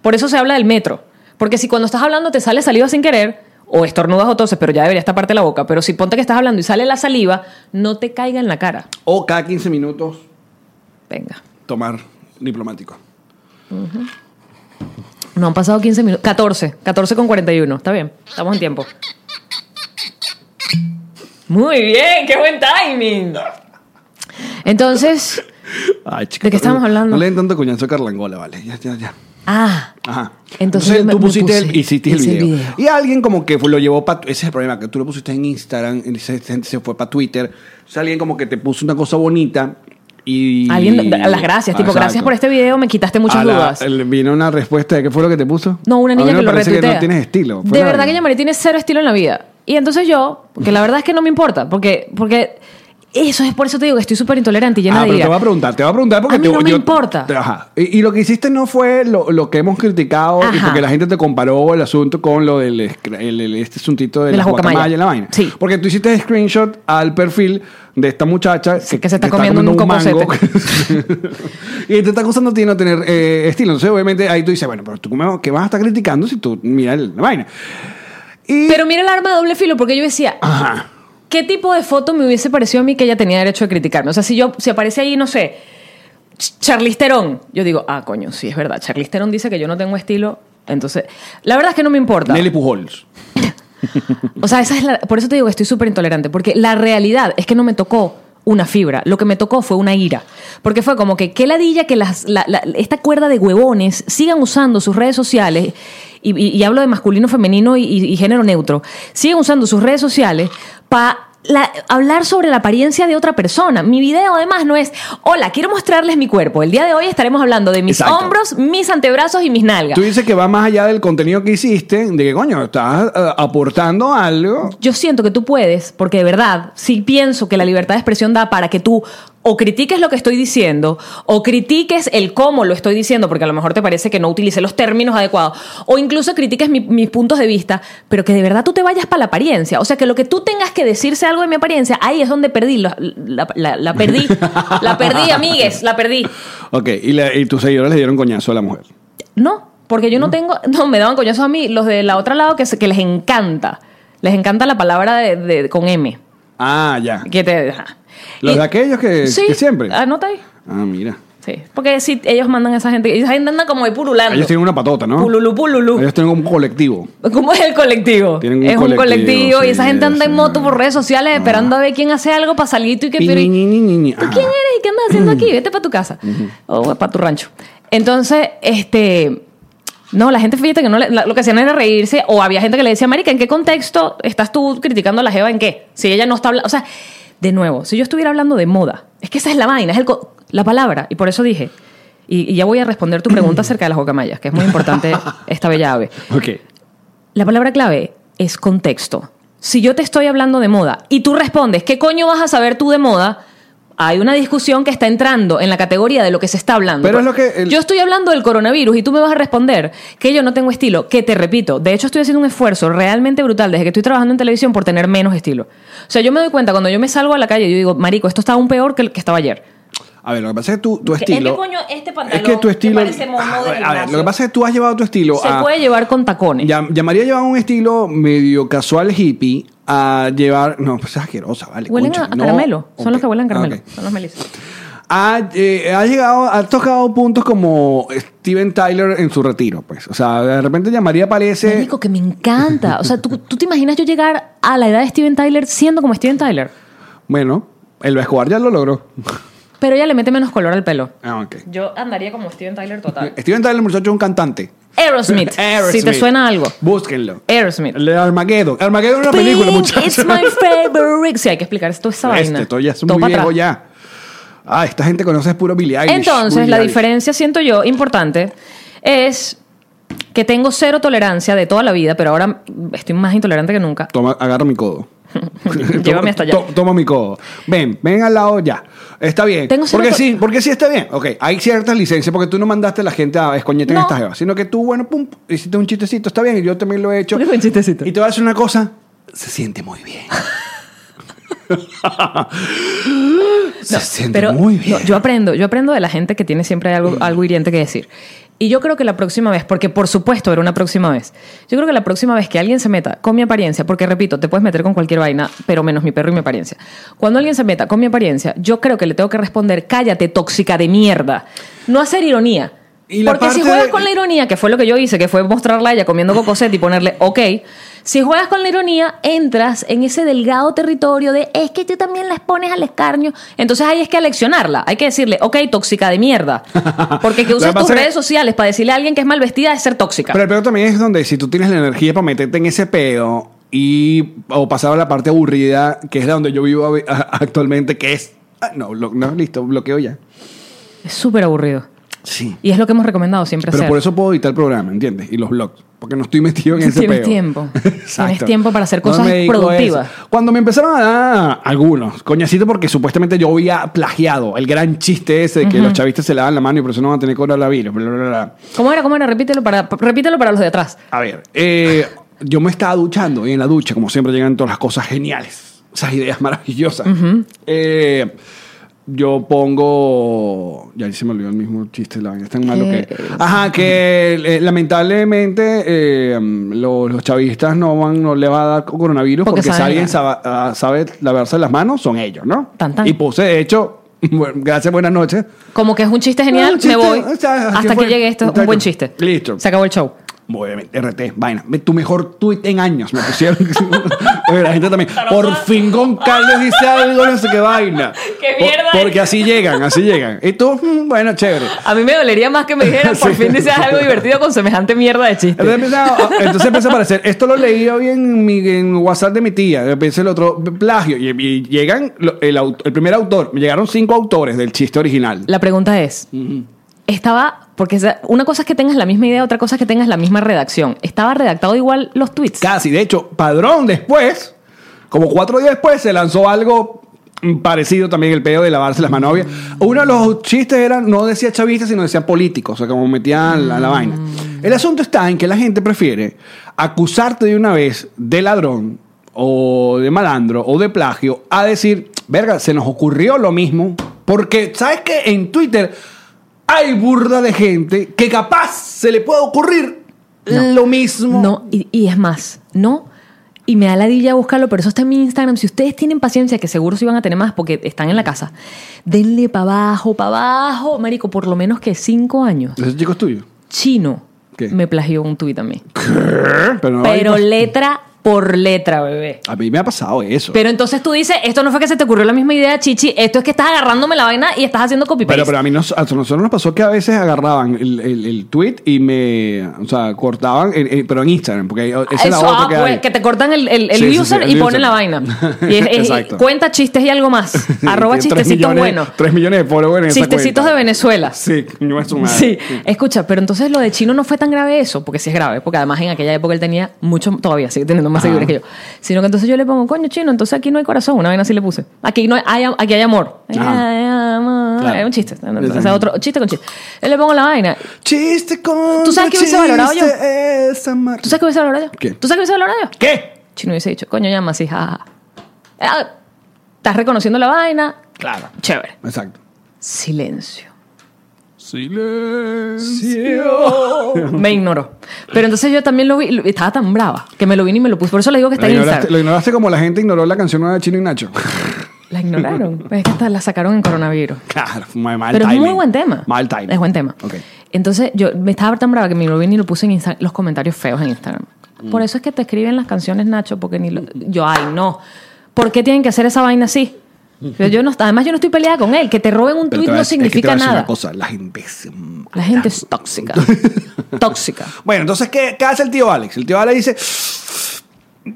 S2: Por eso se habla del metro, porque si cuando estás hablando te sale saliva sin querer o estornudas o toses, pero ya debería estar parte de la boca, pero si ponte que estás hablando y sale la saliva, no te caiga en la cara.
S1: O cada 15 minutos
S2: Venga.
S1: tomar diplomático.
S2: No han pasado 15 minutos, 14, 14 con 41, está bien, estamos en tiempo. Muy bien, qué buen timing. Entonces,
S1: Ay, chica,
S2: ¿De qué estamos
S1: no-
S2: hablando?
S1: No le den tanto coñazo a Carlangola, vale. Ya, ya, ya.
S2: ah,
S1: Ajá.
S2: Entonces yo me-
S1: tú
S2: me
S1: pusiste
S2: puse,
S1: el, hiciste el
S2: hice el
S1: video.
S2: video.
S1: Y alguien como que fue- lo llevó para... Ese es el problema, que tú lo pusiste en Instagram, y se, se- se fue para Twitter. O sea, alguien como que te puso una cosa bonita y... Ah,
S2: alguien da- las gracias, tipo,
S1: Exacto.
S2: gracias por este video, me quitaste muchas
S1: A la-
S2: dudas.
S1: el- vino una respuesta de qué fue lo que te puso.
S2: No, una
S1: A mí
S2: niña
S1: me
S2: que lo
S1: parece
S2: retuitea.
S1: no tienes estilo. Fue
S2: De
S1: la-
S2: verdad que Yamari tiene cero estilo en la vida. Y entonces yo, que la verdad es que no me importa, porque, porque Eso es por eso te digo que estoy súper intolerante y llena
S1: Ah,
S2: de
S1: pero
S2: ira.
S1: te voy a preguntar, te voy a preguntar porque
S2: A mí
S1: te-
S2: no me importa.
S1: te- ajá. Y, y lo que hiciste no fue lo, lo que hemos criticado y
S2: Ajá.
S1: porque la gente te comparó el asunto con lo del escr- el- el- este asuntito de,
S2: De
S1: las
S2: las
S1: guacamayas
S2: guacamayas.
S1: en la vaina.
S2: Sí.
S1: Porque tú hiciste screenshot al perfil de esta muchacha
S2: Sí, que se está comiendo un
S1: (laughs) y te está acusando a ti de no tener eh, estilo. Entonces, obviamente, ahí tú dices, bueno, pero tú cómo- qué vas a estar criticando si tú mira el- la vaina. Y,
S2: Pero mira el arma de doble filo, porque yo decía,
S1: Ajá.
S2: ¿qué tipo de foto me hubiese parecido a mí que ella tenía derecho de criticarme? O sea, si yo, si aparece ahí, no sé, Charlisterón, yo digo, ah, coño, sí, es verdad, Charlisterón dice que yo no tengo estilo, entonces, la verdad es que no me importa.
S1: Nelly Pujols.
S2: O sea, esa es la- por eso te digo que estoy súper intolerante, porque la realidad es que no me tocó una fibra, lo que me tocó fue una ira, porque fue como que qué ladilla que las, la- la- esta cuerda de huevones sigan usando sus redes sociales, y, y- y hablo de masculino, femenino y, y- y género neutro, sigan usando sus redes sociales para... hablar sobre la apariencia de otra persona. Mi video además no es, hola, quiero mostrarles mi cuerpo. El día de hoy estaremos hablando de mis
S1: Exacto.
S2: hombros, mis antebrazos y mis nalgas.
S1: Tú dices que va más allá del contenido que hiciste, de que coño, estás eh, aportando algo.
S2: yo siento que tú puedes, porque de verdad, sí pienso que la libertad de expresión da para que tú o critiques lo que estoy diciendo, o critiques el cómo lo estoy diciendo, porque a lo mejor te parece que no utilicé los términos adecuados, o incluso critiques mi- mis puntos de vista, pero que de verdad tú te vayas para la apariencia. O sea, que lo que tú tengas que decirse algo de mi apariencia, ahí es donde perdí, la, la- la- la perdí, la perdí, amigues, la perdí.
S1: Ok, y, la- y tus seguidores le dieron coñazo a la mujer.
S2: No, porque yo no tengo. No, me daban coñazos a mí los de la otra lado que, se- que les encanta. Les encanta la palabra de- de- con M.
S1: Ah, ya.
S2: Que te. ajá.
S1: Los
S2: Y-
S1: de aquellos que,
S2: Sí,
S1: que siempre. Ah,
S2: Anota ahí.
S1: mira.
S2: Sí. Porque si ellos mandan a esa gente. Esa gente anda como de pululando.
S1: Ellos tienen una patota, ¿no?
S2: Pululú, pululú.
S1: Ellos tienen un colectivo.
S2: (laughs) ¿Cómo es el colectivo?
S1: Tienen un
S2: es un
S1: colectivo,
S2: colectivo y esa
S1: sí,
S2: gente anda en
S1: sí.
S2: moto por redes sociales esperando a ver quién hace algo para salir tú y que
S1: Pi,
S2: pero-
S1: ni, ni, ni, ni.
S2: ¿Tú
S1: Ah.
S2: quién eres y qué andas haciendo aquí? Vete para tu casa o para tu rancho. Entonces, este. No, la gente, fíjate que no le- la- lo que hacían era reírse, o había gente que le decía, Marica, ¿en qué contexto estás tú criticando a la Jeva? ¿En qué? Si ella no está hablando. O sea, de nuevo, si yo estuviera hablando de moda, es que esa es la vaina, es el co- la palabra. Y por eso dije, y, y ya voy a responder tu pregunta acerca de las guacamayas, que es muy importante esta bella ave.
S1: Ok.
S2: La palabra clave es contexto. Si yo te estoy hablando de moda y tú respondes, ¿qué coño vas a saber tú de moda? Hay una discusión que está entrando en la categoría de lo que se está hablando.
S1: Pero es lo que el-
S2: Yo estoy hablando del coronavirus y tú me vas a responder que yo no tengo estilo, que te repito, de hecho estoy haciendo un esfuerzo realmente brutal desde que estoy trabajando en televisión por tener menos estilo. O sea, yo me doy cuenta cuando yo me salgo a la calle, yo digo, marico, esto está aún peor que el que estaba ayer.
S1: A ver, lo que pasa es que tú, tu
S2: Que-
S1: estilo.
S2: este coño, este pantalón
S1: es que tu
S2: que
S1: estilo.
S2: parece mono
S1: Ah,
S2: de
S1: a ver,
S2: gimnasio.
S1: lo que pasa es que ah, tú has llevado tu estilo
S2: Se
S1: a.
S2: puede llevar con tacones.
S1: llam- llamaría llevar un estilo medio casual hippie a llevar. No, pues es asquerosa, vale.
S2: Huelen
S1: concha,
S2: a, a
S1: no.
S2: caramelo. Son los
S1: Ok.
S2: que huelen a caramelo.
S1: Ah, ok.
S2: Son los melizos.
S1: ha, eh, ha llegado, ha tocado puntos como Steven Tyler en su retiro, pues. O sea, de repente llamaría parece.
S2: Marico, que me encanta. O sea, ¿tú, tú te imaginas yo llegar a la edad de Steven Tyler siendo como Steven Tyler?
S1: Bueno, el Escobar ya lo logró.
S2: Pero ella le mete menos color al pelo.
S1: Ah, ok.
S2: Yo andaría como Steven Tyler total.
S1: Steven Tyler, muchacho, es un cantante.
S2: (laughs) Aerosmith. Si te
S1: Aerosmith.
S2: suena algo.
S1: Búsquenlo.
S2: Aerosmith.
S1: El de Armageddon. Armageddon es una película,
S2: Pink,
S1: muchachos. (laughs)
S2: It's my favorite. Sí, hay que explicar esto, esa vaina.
S1: Este, todo ya es
S2: Todo
S1: muy
S2: pa'
S1: viejo
S2: atrás.
S1: ya. Ah, esta gente conoce es puro Billy Eilish.
S2: Entonces,
S1: Billie
S2: la
S1: Eilish.
S2: diferencia, siento yo, importante, es que tengo cero tolerancia de toda la vida, pero ahora estoy más intolerante que nunca.
S1: Toma, agarra mi codo.
S2: (laughs) Llévame hasta allá.
S1: To- Toma mi codo. Ven, ven al lado ya. Está bien.
S2: Tengo cero
S1: porque
S2: to-
S1: sí, porque sí está bien. Ok, hay ciertas licencias porque tú no mandaste a la gente a escoñete en
S2: No.
S1: esta jeva, sino que tú, bueno, pum, hiciste un chistecito, está bien, y yo también lo he hecho.
S2: ¿Por qué fue (laughs) un chistecito?
S1: Y te voy a decir una cosa, se siente muy
S2: (laughs)
S1: bien. se
S2: No,
S1: siente
S2: pero
S1: muy bien. Mm.
S2: no, yo aprendo, yo aprendo de la gente que tiene siempre algo, algo hiriente que decir. Y yo creo que la próxima vez, porque por supuesto era una próxima vez, yo creo que la próxima vez que alguien se meta con mi apariencia, porque repito, te puedes meter con cualquier vaina, pero menos mi perro y mi apariencia. Cuando alguien se meta con mi apariencia, yo creo que le tengo que responder, cállate, tóxica de mierda. No hacer ironía.
S1: Y la
S2: Porque si
S1: parte
S2: juegas
S1: de-
S2: con la ironía, que fue lo que yo hice, que fue mostrarla a ella comiendo cocoset y ponerle, ok, si juegas con la ironía, entras en ese delgado territorio de, es que tú también las pones al escarnio. Entonces ahí es que aleccionarla, hay que decirle, ok, tóxica de mierda. Porque
S1: (laughs)
S2: que
S1: Lo
S2: usas
S1: que
S2: tus
S1: pasa es-
S2: redes sociales para decirle a alguien que es mal vestida es ser tóxica.
S1: Pero el peor también es donde si tú tienes la energía para meterte en ese pedo y o pasar a la parte aburrida, que es la donde yo vivo a- (laughs) a- actualmente, que es... ah, no, blo- no, listo, bloqueo ya.
S2: Es súper aburrido.
S1: Sí.
S2: Y es lo que hemos recomendado siempre
S1: Pero
S2: hacer.
S1: por eso puedo editar el programa, ¿entiendes? Y los blogs. porque no estoy metido
S2: (laughs)
S1: en ese
S2: Tienes
S1: peo. (laughs)
S2: tiempo. Tienes
S1: Exacto.
S2: tiempo para hacer
S1: No
S2: cosas
S1: me dedico a eso.
S2: productivas.
S1: Cuando me empezaron a dar algunos, coñacito, porque supuestamente yo había plagiado el gran chiste ese de que los chavistas se lavan la mano y por eso no van a tener coronavirus. Bla, bla, bla, bla.
S2: ¿Cómo era? ¿Cómo era? Repítelo para, repítelo para los de atrás.
S1: A ver, eh, yo me estaba duchando y en la ducha, como siempre, llegan todas las cosas geniales, esas ideas maravillosas. Eh, yo pongo. Ya se me olvidó el mismo chiste, la vaina es tan malo
S2: Que-
S1: que. Ajá, que eh, lamentablemente eh, lo- los chavistas no van, no le va a dar coronavirus
S2: Porque
S1: porque, si
S2: saben-
S1: alguien saba- ah, sabe, lavarse las manos, son ellos, ¿no?
S2: Tan, tan.
S1: Y puse, de hecho, (laughs) bueno, gracias, buenas noches.
S2: Como que es un chiste genial,
S1: No, un chiste,
S2: me voy.
S1: o sea, ¿qué
S2: hasta que
S1: fue?
S2: llegue esto, un
S1: Exacto.
S2: buen chiste.
S1: Listo.
S2: Se acabó el show.
S1: Obviamente, RT, vaina. Tu mejor tweet en años me pusieron. Oye, la gente también. Por fin Goncalves dice algo, no sé qué vaina.
S2: (laughs) ¡Qué
S1: Por-
S2: mierda!
S1: porque así llegan, así llegan. Y tú, mm, bueno, chévere.
S2: A mí me dolería más que me dijeran, por
S1: (laughs) Sí.
S2: fin dices algo divertido con semejante mierda de
S1: Entonces
S2: chiste.
S1: empieza, entonces empieza a aparecer. Esto lo leí hoy en, mi, en WhatsApp de mi tía. Empieza el otro plagio. Y, y llegan lo- el, aut- el primer autor. Llegaron cinco autores del chiste original.
S2: La pregunta es, estaba, porque esa- una cosa es que tengas la misma idea, otra cosa es que tengas la misma redacción. ¿Estaba redactado igual los tweets?
S1: Casi. De hecho, Padrón después, como cuatro días después, se lanzó algo mm, parecido también el pedo de lavarse las manos. Obvio, Uno de los chistes era, no decía chavistas, sino decía políticos, o sea, como metían la, la vaina. El asunto está en que la gente prefiere acusarte de una vez de ladrón o de malandro o de plagio a decir, verga, se nos ocurrió lo mismo, porque, ¿sabes qué? En Twitter hay burda de gente que capaz se le puede ocurrir
S2: No.
S1: lo mismo.
S2: No, y, y es más, no. Y me da la dilla buscarlo, pero eso está en mi Instagram. Si ustedes tienen paciencia, que seguro sí van a tener más porque están en la casa, denle para abajo, para abajo, marico, por lo menos que cinco años.
S1: ¿Ese chico es tuyo?
S2: Chino
S1: ¿Qué?
S2: me plagió un tuit a mí.
S1: Pero, no-
S2: Pero letra por letra, bebé.
S1: a mí me ha pasado eso.
S2: Pero entonces tú dices, esto no fue que se te ocurrió la misma idea, Chichi, esto es que estás agarrándome la vaina y estás haciendo copy-paste.
S1: Pero, pero a mí nos, a nosotros nos pasó que a veces agarraban el, el, el tweet y me, o sea, cortaban, en- en- pero en Instagram, porque esa es la
S2: Eso,
S1: otra
S2: ah,
S1: que
S2: pues,
S1: hay. (laughs)
S2: que te cortan el, el- el
S1: Sí, sí, sí,
S2: user
S1: el
S2: y
S1: user.
S2: ponen la vaina. Y es-
S1: (laughs)
S2: es-
S1: Exacto.
S2: cuenta chistes y
S1: (laughs)
S2: algo más. Arroba
S1: Tres
S2: chistecitos
S1: millones- (laughs)
S2: buenos.
S1: Tres millones de followers en esa
S2: Chistecitos
S1: cuenta.
S2: de Venezuela.
S1: Sí, no es una...
S2: Sí, escucha, pero entonces lo de chino no fue tan grave eso, porque sí es grave, porque además en aquella época él tenía mucho, todavía sigue teniendo más
S1: Ajá.
S2: seguidores que yo. Sino que entonces yo le pongo, coño chino, entonces aquí no hay corazón, una vaina así le puse. Aquí no hay, hay- aquí hay amor. Aquí
S1: Ajá.
S2: hay amor.
S1: Ah, Claro.
S2: Es un chiste, o
S1: Exacto.
S2: sea, otro chiste con chiste. Yo le pongo la vaina.
S1: Chiste con...
S2: ¿Tú sabes qué hubiese valorado yo?
S1: Esa mar...
S2: ¿Tú sabes qué hubiese valorado yo?
S1: ¿Qué?
S2: ¿Tú sabes qué hubiese valorado yo?
S1: ¿Qué?
S2: Chino hubiese dicho, coño, llama así, jajaja. Ah, Estás reconociendo la vaina.
S1: Claro.
S2: Chévere.
S1: Exacto.
S2: Silencio.
S1: Silencio.
S2: Me ignoró. Pero entonces yo también lo vi, lo- estaba tan brava que me lo vine y me lo puse. Por eso le digo que está
S1: Lo
S2: en
S1: ignoraste,
S2: Instagram.
S1: lo ignoraste como la gente ignoró la canción nueva de Chino y Nacho. (laughs)
S2: La ignoraron. Pues es que hasta la sacaron en coronavirus.
S1: Claro, (laughs) mal mal
S2: Pero es muy
S1: timing.
S2: buen tema.
S1: Mal timing.
S2: Es buen tema.
S1: Ok.
S2: Entonces yo me estaba tan brava que me lo vine y lo puse en Insta- los comentarios feos en Instagram.
S1: Mm.
S2: Por eso es que te escriben las canciones, Nacho, porque ni lo- Yo, ay, no. ¿Por qué tienen que hacer esa vaina así? Pero yo no, además, yo no estoy peleada con él. Que te roben un
S1: Pero
S2: tweet
S1: te voy a-
S2: no
S1: es que te voy a
S2: significa
S1: decir
S2: nada.
S1: una cosa, la gente es mala.
S2: La gente es
S1: (laughs)
S2: tóxica. tóxica.
S1: Bueno, entonces, ¿qué, qué hace el tío Alex? El tío Alex dice...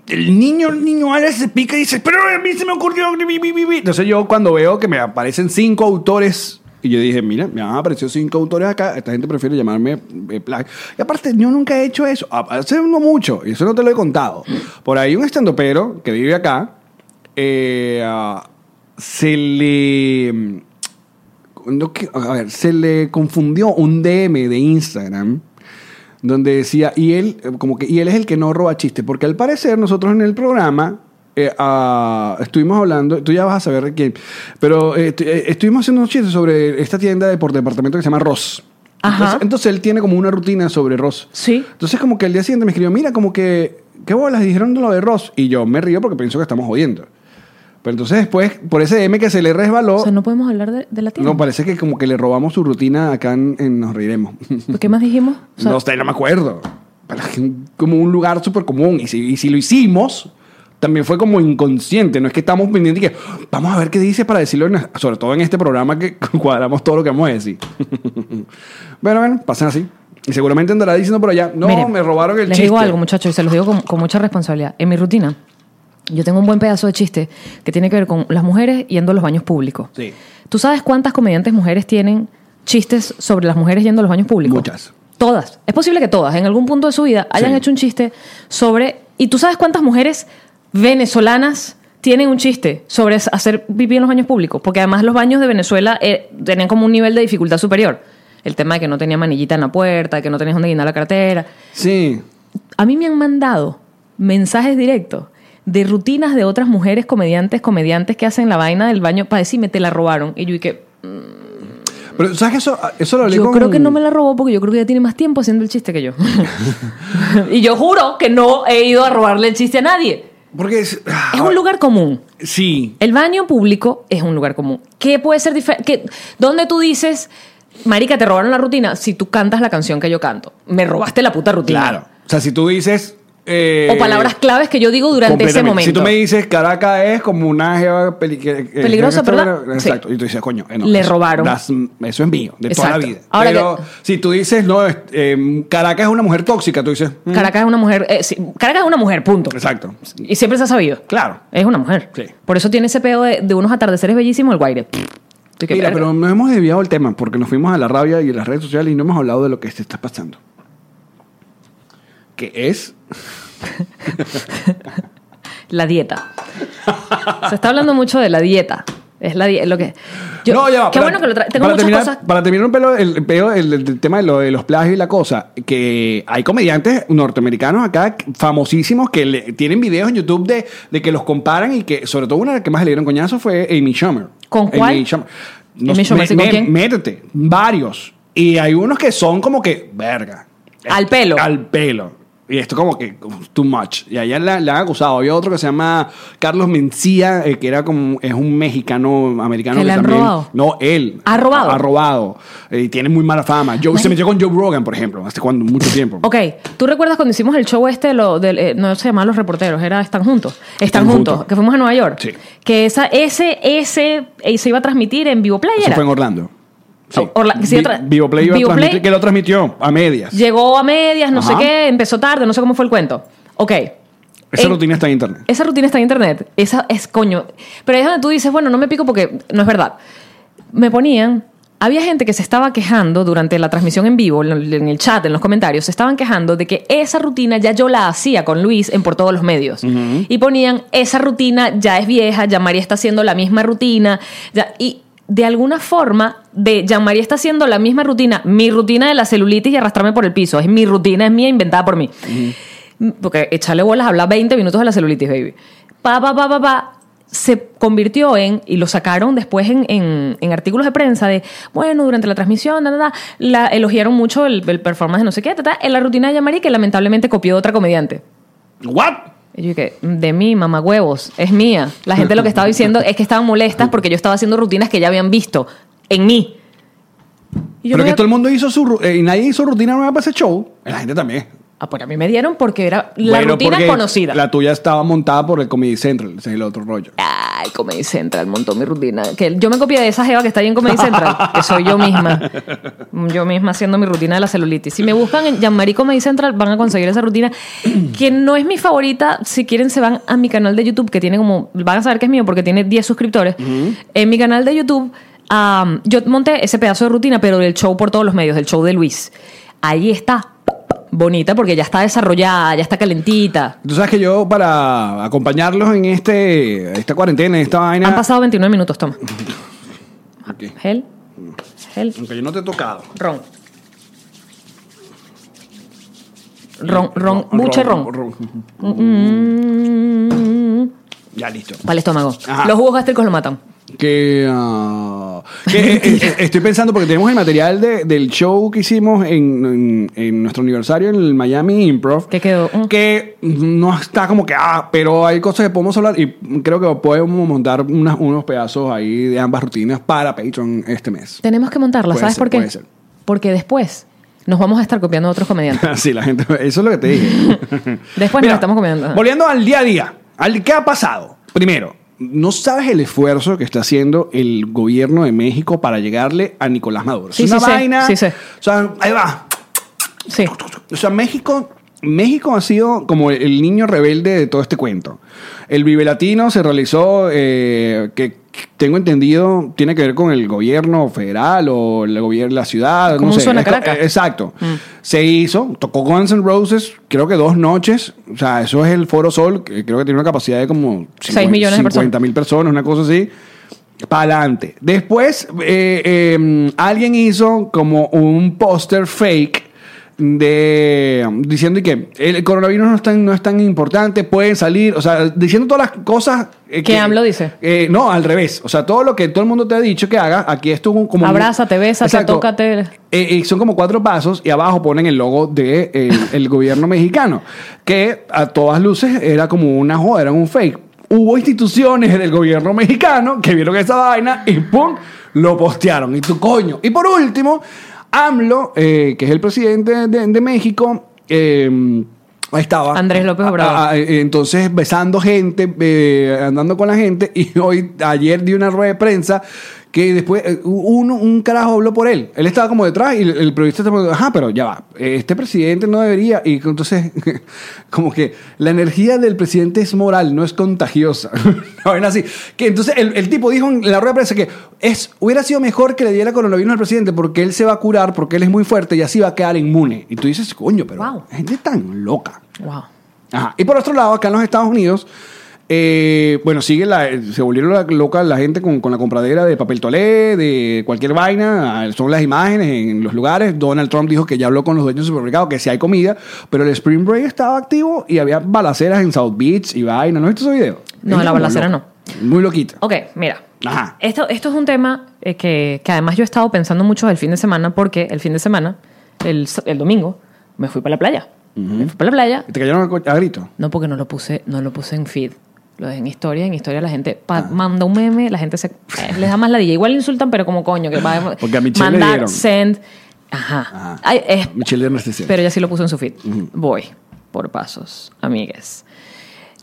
S1: El niño, el niño Alex se pica y dice, pero a mí se me ocurrió... bi, bi, bi, bi". Entonces yo cuando veo que me aparecen cinco autores, y yo dije, mira, me han aparecido cinco autores acá, esta gente prefiere llamarme eh, plagio. Y aparte, yo nunca he hecho eso, A- hace no mucho, y eso no te lo he contado. Por ahí un estandopero que vive acá, eh, ah, se le... no que- a ver, se le confundió un DM de Instagram donde decía, y él, eh, como que, y él es el que no roba chistes, porque al parecer nosotros en el programa eh, ah, estuvimos hablando, tú ya vas a saber de quién, pero eh, estu- eh, estuvimos haciendo unos chistes sobre esta tienda de por departamento que se llama Ross.
S2: Ajá.
S1: Entonces, entonces él tiene como una rutina sobre Ross.
S2: Sí.
S1: Entonces como que el día siguiente me escribió, mira, como que, ¿qué bolas dijeron lo de Ross? Y yo me río porque pienso que estamos jodiendo. Pero entonces después, por ese M que se le resbaló,
S2: O sea, no podemos hablar de, de la tienda.
S1: no, parece que como que le robamos su rutina acá en, en Nos Reiremos.
S2: ¿Por ¿Qué más dijimos? (laughs) O sea,
S1: no sé, no me acuerdo. Pero es que un- como un lugar súper común. Y si, y si lo hicimos, también fue como inconsciente. No es que estamos pendientes y que vamos a ver qué dice para decirlo, en- sobre todo en este programa que (laughs) cuadramos todo lo que vamos a decir. (laughs) bueno, bueno, pasen así. Y seguramente andará diciendo por allá, no,
S2: Miren,
S1: me robaron el
S2: les
S1: chiste.
S2: digo algo, muchachos, y se los digo con, con mucha responsabilidad. En mi rutina, yo tengo un buen pedazo de chiste que tiene que ver con las mujeres yendo a los baños públicos.
S1: Sí.
S2: ¿Tú sabes cuántas comediantes mujeres tienen chistes sobre las mujeres yendo a los baños públicos?
S1: Muchas.
S2: todas, es posible que todas en algún punto de su vida hayan
S1: Sí.
S2: hecho un chiste sobre... ¿Y tú sabes cuántas mujeres venezolanas tienen un chiste sobre s- hacer pipí en los baños públicos? Porque además los baños de Venezuela eh, tenían como un nivel de dificultad superior. El tema de que no tenía manillita en la puerta, que no tenías donde guindar la cartera.
S1: Sí.
S2: A mí me han mandado mensajes directos de rutinas de otras mujeres comediantes, comediantes que hacen la vaina del baño para decirme te la robaron. Y yo y que
S1: Pero, ¿sabes que eso, eso lo hablé
S2: yo
S1: con-
S2: creo que no me la robó porque yo creo que ya tiene más tiempo haciendo el chiste
S1: (laughs)
S2: que yo. (laughs) y yo juro que no he ido a robarle el chiste a nadie.
S1: Porque es... ah,
S2: Es un lugar común.
S1: Sí.
S2: El baño público es un lugar común. ¿Qué puede ser diferente? ¿Dónde tú dices, Marica, te robaron la rutina? Si tú cantas la canción que yo canto, me robaste la puta rutina.
S1: Claro. O sea, si tú dices... eh,
S2: O palabras claves que yo digo durante ese
S1: completamente.
S2: momento.
S1: Si tú me dices Caracas es como una jeva peli- que- que-
S2: Peligrosa,
S1: que-
S2: ¿verdad?
S1: Exacto.
S2: Sí.
S1: Y tú dices, coño, eh, no,
S2: Le
S1: eso-
S2: robaron.
S1: das- eso es mío, de toda la
S2: Exacto.
S1: vida.
S2: Ahora
S1: Pero
S2: que-
S1: si tú dices, no, es- eh, Caracas es una mujer tóxica, tú dices, mm,
S2: Caracas es una mujer. eh, sí, Caracas es una mujer, punto.
S1: exacto.
S2: Y siempre se ha sabido.
S1: Claro.
S2: Es una mujer.
S1: Sí.
S2: Por eso tiene ese pedo de, de unos atardeceres bellísimos el guaire. Tú que,
S1: Mira,
S2: verga.
S1: pero nos hemos desviado el tema porque nos fuimos a la rabia y las redes sociales y no hemos hablado de lo que se está pasando. Que es
S2: La dieta. se está hablando mucho de la dieta. Es la dieta. Lo que, yo-
S1: no, ya va,
S2: Qué
S1: para-
S2: bueno que lo traes. Tengo
S1: para
S2: muchas
S1: terminar,
S2: cosas.
S1: Para terminar un pelo, el, el pelo- el- el tema de, lo, de los plagios y la cosa, que hay comediantes norteamericanos acá famosísimos que le- tienen videos en YouTube de, de que los comparan y que, sobre todo, una de las que más le dieron coñazo fue Amy Schumer.
S2: ¿Con cuál?
S1: Amy Schumer. No sé,
S2: Amy Schumer,
S1: me-
S2: ¿sí, con
S1: me-
S2: quién?
S1: Métete, varios. Y hay unos que son como que, verga.
S2: Al pelo.
S1: Al pelo. Y esto como que uf, too much. Y allá la- le han acusado. Había otro que se llama Carlos Mencía, eh, que era como, es un mexicano americano.
S2: ¿Que le han
S1: también-
S2: robado?
S1: No, él.
S2: ¿Ha robado?
S1: Ha robado. Eh, Y tiene muy mala fama. Yo, se
S2: Mari-
S1: metió con Joe Rogan, por ejemplo, hace cuando, mucho tiempo.
S2: Ok, ¿tú recuerdas cuando hicimos el show este, de lo, del, eh, no se llamaba Los Reporteros, era Están Juntos? Están,
S1: Están
S2: juntos,
S1: Juntos.
S2: que fuimos a Nueva York.
S1: Sí.
S2: Que esa, ese, ese, eh, se iba a transmitir en vivo player.
S1: Eso fue en Orlando.
S2: Oh, Orla- sí,
S1: Vi-
S2: otra-
S1: Vivoplay iba a
S2: Vivoplay-
S1: transmitir- que lo transmitió a medias.
S2: Llegó a medias, no sé
S1: Ajá.
S2: qué, empezó tarde, no sé cómo fue el cuento. Ok.
S1: Esa
S2: En-
S1: rutina está en internet.
S2: Esa rutina está en internet. Esa es coño. Pero ahí es donde tú dices, bueno, no me pico porque no es verdad. Me ponían. Había gente que se estaba quejando durante la transmisión en vivo, en el- en el chat, en los comentarios, se estaban quejando de que esa rutina ya yo la hacía con Luis en por todos los medios. Y ponían, esa rutina ya es vieja, ya María está haciendo la misma rutina. ya- y de alguna forma, de Jean María está haciendo la misma rutina, mi rutina de la celulitis y arrastrarme por el piso, es mi rutina, es mía, inventada por mí. Mm, Porque echarle bolas, hablar 20 minutos de la celulitis, baby. Pa, pa, pa, pa, pa. Se convirtió en, y lo sacaron después en, en- en artículos de prensa de, bueno, durante la transmisión, da, da, da, la, elogiaron mucho el, el performance de no sé qué, ta, ta, en la rutina de Yamari que lamentablemente copió de otra comediante.
S1: ¿What?
S2: Y yo dije, de mí, mamá huevos, es mía. La gente lo que estaba diciendo es que estaban molestas porque yo estaba haciendo rutinas que ya habían visto en mí. Y yo
S1: Pero que
S2: me voy a-
S1: todo el mundo hizo su... ru- eh, y nadie hizo rutina nueva para ese show. La gente también.
S2: Ah, pues a mí me dieron porque era la
S1: Bueno,
S2: rutina
S1: porque
S2: conocida.
S1: La tuya estaba montada por el Comedy Central. Ese es el otro rollo.
S2: Ay, Comedy Central montó mi rutina. Que yo me copié de esa jeva que está ahí en Comedy Central, que soy yo misma. Yo misma haciendo mi rutina de la celulitis. Si me buscan en Jean-Marie Comedy Central, van a conseguir esa rutina, que no es mi favorita. Si quieren, se van a mi canal de YouTube, que tiene como. Van a saber que es mío porque tiene 10 suscriptores. En mi canal de YouTube, am, yo monté ese pedazo de rutina, pero del show por todos los medios, del show de Luis. Ahí está. Bonita porque ya está desarrollada, ya está calentita.
S1: Tú sabes que yo, para acompañarlos en este, esta cuarentena, en esta vaina...
S2: Han pasado 29 minutos, toma.
S1: Ok.
S2: Gel. Gel.
S1: Aunque yo no te he tocado.
S2: Ron. Ron, ron, buche ron. Mm,
S1: Ya listo.
S2: Para el estómago.
S1: Ajá.
S2: Los jugos gástricos lo matan.
S1: Que, ah, que, eh, eh, estoy pensando porque tenemos el material de- del show que hicimos en, en- en nuestro aniversario en el Miami Improv.
S2: Que quedó, mm.
S1: Que no está como que, ah, pero hay cosas que podemos hablar y creo que podemos montar unas- unos pedazos ahí de ambas rutinas para Patreon este mes. (laughs)
S2: Tenemos que montarlas,
S1: Puede
S2: ¿sabes
S1: ser,
S2: por qué?
S1: puede ser.
S2: Porque después nos vamos a estar copiando a otros
S1: (laughs)
S2: comediantes.
S1: Sí, la gente, eso es lo que te dije.
S2: Después nos estamos comiendo, ajá.
S1: Volviendo al día a día, al qué ha pasado. Primero, no sabes el esfuerzo que está haciendo el gobierno de México para llegarle a Nicolás Maduro.
S2: Sí,
S1: es una
S2: sí sé,
S1: vaina.
S2: sí sé.
S1: O sea, ahí va.
S2: Sí.
S1: O sea, México México ha sido como el niño rebelde de todo este cuento. El Vive Latino se realizó, eh, que que tengo entendido, tiene que ver con el gobierno federal o el gobierno, la ciudad.
S2: Como
S1: no
S2: un
S1: sé.
S2: Zona
S1: Esto-
S2: Caracas. Mm.
S1: eh, Exacto. Se hizo, tocó Guns N' Roses, creo que dos noches. O sea, eso es el Foro Sol, que creo que tiene una capacidad de como
S2: Seis millones de personas.
S1: mil personas, una cosa así. Para adelante. Después, eh, eh, alguien hizo como un póster fake de diciendo y que el coronavirus no es tan, no es tan importante, pueden salir, o sea, diciendo todas las cosas eh,
S2: Que AMLO dice.
S1: eh, no, al revés. O sea, todo lo que todo el mundo te ha dicho que hagas, aquí esto es un- como. un-
S2: Abrázate, bésate,
S1: Exacto.
S2: tócate.
S1: Eh, eh, son como cuatro pasos y abajo ponen el logo del de, eh, el gobierno mexicano, que a todas luces era como una joda, era un fake. Hubo instituciones del gobierno mexicano que vieron esa vaina y ¡pum! lo postearon. Y tu coño. Y por último, AMLO, eh, que es el presidente de, de México, eh, ahí estaba.
S2: Andrés López Obrador.
S1: Ah, ah, eh, entonces besando gente, eh, andando con la gente. Y (laughs) hoy, ayer di una rueda de prensa que después eh, uno, un carajo habló por él. Él estaba como detrás y el, el periodista estaba como, ajá, pero ya va, eh, este presidente no debería. Y entonces, (laughs) como que la energía del presidente es moral, no es contagiosa. (laughs) Una vaina así. Que entonces el, el tipo dijo en la rueda de prensa que es, hubiera sido mejor que le diera coronavirus al presidente porque él se va a curar, porque él es muy fuerte y así va a quedar inmune. Y tú dices, coño, pero
S2: Wow.
S1: la gente es tan loca.
S2: Wow.
S1: Ajá. Y por otro lado, acá en los Estados Unidos, eh, bueno, sigue la, se volvieron la- loca la gente con, con la compradera de papel toalé, de cualquier vaina, ah, son las imágenes en los lugares. Donald Trump dijo que ya habló con los dueños del supermercado, que si hay comida, pero el Spring Break estaba activo y había balaceras en South Beach y vaina. ¿No has visto ese video?
S2: No,
S1: Gente
S2: la
S1: como
S2: balacera
S1: loca. Muy loquita.
S2: Ok, mira.
S1: Ajá.
S2: Esto, esto es un tema eh, que, que además yo he estado pensando mucho el fin de semana porque el fin de semana, el, s- el domingo, me fui para la playa. Me fui para la playa.
S1: ¿Te cayeron a, co- a grito?
S2: No, porque no lo puse, no lo puse en feed. Lo dejé en historia. En historia la gente pa-
S1: Ah.
S2: manda un meme, la gente se, eh, les da más la DJ. Igual insultan, pero como coño, que va
S1: (laughs) Porque a Michelle le
S2: mandar,
S1: dieron.
S2: send. Ajá.
S1: Ajá.
S2: Ay, es-
S1: Michelle Hernández decía.
S2: pero ya sí lo puso en su feed. Voy por pasos, amigues.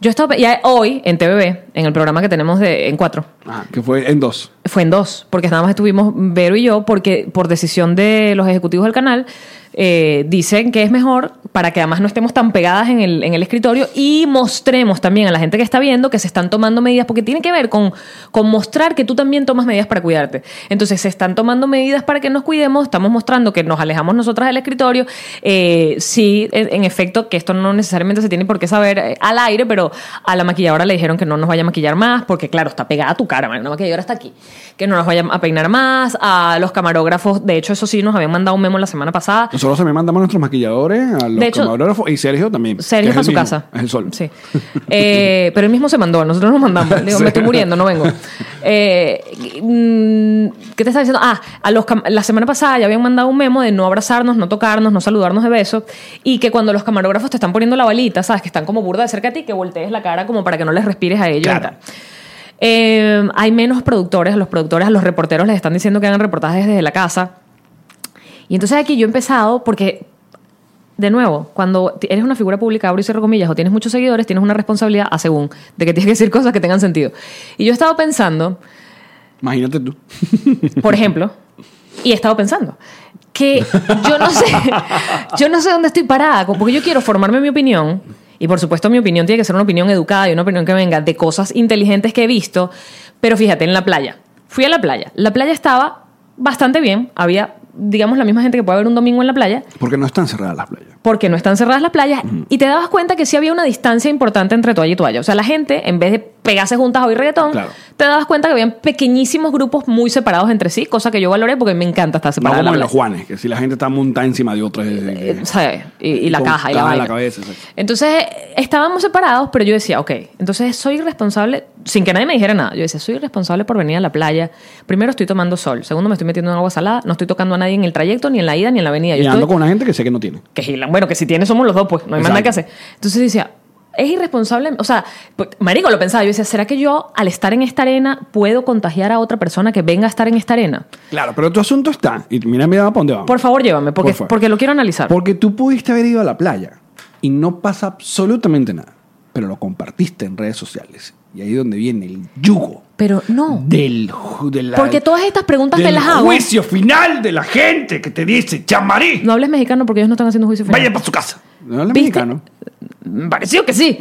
S2: Yo estaba pe- ya hoy en TVB, en el programa que tenemos de en cuatro,
S1: Ajá, que fue en dos.
S2: fue en dos, porque nada más estuvimos Vero y yo, porque por decisión de los ejecutivos del canal, eh, dicen que es mejor para que además no estemos tan pegadas en el, en el escritorio y mostremos también a la gente que está viendo que se están tomando medidas, porque tiene que ver con, con mostrar que tú también tomas medidas para cuidarte. Entonces se están tomando medidas para que nos cuidemos, estamos mostrando que nos alejamos nosotras del escritorio, eh, sí, en en efecto, que esto no necesariamente se tiene por qué saber eh, al aire, pero a la maquilladora le dijeron que no nos vaya a maquillar más, porque claro, está pegada a tu cara, man, la maquilladora está aquí, que no nos vaya a peinar más, a los camarógrafos, de hecho, eso sí, nos habían mandado un memo la semana pasada.
S1: Nosotros también mandamos a nuestros maquilladores, a los
S2: De hecho-
S1: camarógrafos y Sergio también.
S2: Sergio
S1: que
S2: para
S1: es
S2: su
S1: el mismo,
S2: casa.
S1: Es el sol. (laughs)
S2: Sí. Eh, pero él mismo se mandó, nosotros nos mandamos. Digo,
S1: Sí.
S2: me estoy muriendo, no vengo. Eh, mm, ¿Qué te estaba diciendo? Ah, a los cam- la semana pasada ya habían mandado un memo de no abrazarnos, no tocarnos, no saludarnos de beso y que cuando los camarógrafos te están poniendo la balita, sabes, que están como burda de cerca a ti, que voltees la cara como para que no les respires a ellos. y
S1: Claro.
S2: tal. Eh, hay menos productores, a los productores, a los reporteros les están diciendo que hagan reportajes desde la casa. Y entonces aquí yo he empezado porque, de nuevo, cuando t- eres una figura pública, abro y cierro comillas, o tienes muchos seguidores, tienes una responsabilidad a según, de que tienes que decir cosas que tengan sentido. Y yo he estado pensando,
S1: Imagínate tú.
S2: por ejemplo, y he estado pensando, que yo no sé, (laughs) yo no sé dónde estoy parada, co- porque yo quiero formarme mi opinión. Y por supuesto mi opinión tiene que ser una opinión educada y una opinión que venga de cosas inteligentes que he visto. Pero fíjate, en la playa. Fui a la playa. La playa estaba bastante bien. Había, digamos, la misma gente que puede haber un domingo en la playa
S1: Porque no están cerradas las playas.
S2: porque no están cerradas las playas y te dabas cuenta que sí había una distancia importante entre toalla y toalla. O sea, la gente, en vez de pegarse juntas a oír reggaetón,
S1: Claro.
S2: te dabas cuenta que habían pequeñísimos grupos muy separados entre sí, cosa que yo valoré porque me encanta estar
S1: No
S2: separada.
S1: como en
S2: la
S1: los
S2: playa.
S1: Juanes, que si la gente está montada encima de otra. es- es-
S2: Eh, ¿sabes? Y, y
S1: Y
S2: la
S1: con
S2: caja y la,
S1: caja en
S2: vaina.
S1: la cabeza, exacto.
S2: Entonces eh, estábamos separados, pero yo decía, ok, entonces soy responsable, sin que nadie me dijera nada. Yo decía, soy responsable por venir a la playa. Primero estoy tomando sol, segundo me estoy metiendo en agua salada, no estoy tocando a nadie en el trayecto, ni en la ida, ni en la avenida. Yo
S1: y
S2: Eh, estoy-
S1: ando con una gente que sé que no tiene.
S2: que gilan. Bueno, que si tiene somos los dos, pues no hay más nada que
S1: Exacto.
S2: hacer. Entonces decía, es irresponsable. O sea, pues, Marico lo pensaba. Yo decía, ¿será que yo al estar en esta arena puedo contagiar a otra persona que venga a estar en esta arena?
S1: Claro, pero tu asunto está. Y mira, mira, ¿para dónde vamos?
S2: Por favor, llévame, porque,
S1: Por favor.
S2: porque lo quiero analizar.
S1: Porque tú pudiste haber ido a la playa y no pasa absolutamente nada. Pero lo compartiste en redes sociales. Y ahí es donde viene el yugo.
S2: Pero no.
S1: Del, ju- de la-
S2: Porque todas estas preguntas me
S1: del
S2: las hago.
S1: juicio final de la gente que te dice, chamarí,
S2: No hables mexicano porque ellos no están haciendo juicio final.
S1: vaya para su casa. No habla
S2: ¿Viste?
S1: mexicano.
S2: Pareció
S1: (laughs)
S2: que sí.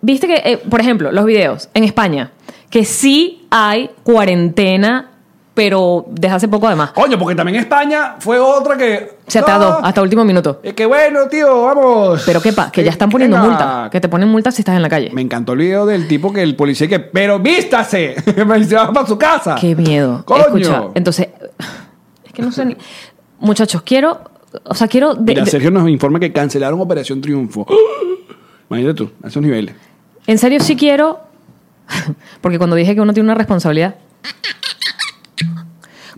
S2: Viste que, eh, por ejemplo, los videos en España, que sí hay cuarentena, pero desde hace poco además.
S1: Coño, porque también España fue otra que.
S2: Se
S1: No,
S2: atado hasta último minuto.
S1: Es que bueno, tío, vamos. Eh,
S2: Pero qué pa, que ya están poniendo
S1: Venga.
S2: multa. Que te ponen multa si estás en la calle.
S1: Me encantó el video del tipo que el policía que. ¡Pero vístase! (laughs) Y se va para su casa.
S2: Qué miedo.
S1: Ah. Coño.
S2: Escucha, entonces, es que no sé ni... Muchachos, quiero... O sea, quiero... de-
S1: Mira,
S2: de-
S1: Sergio nos informa que cancelaron Operación Triunfo. (gasps) Imagínate tú, a esos niveles.
S2: en serio sí quiero... (laughs) Porque cuando dije que uno tiene una responsabilidad...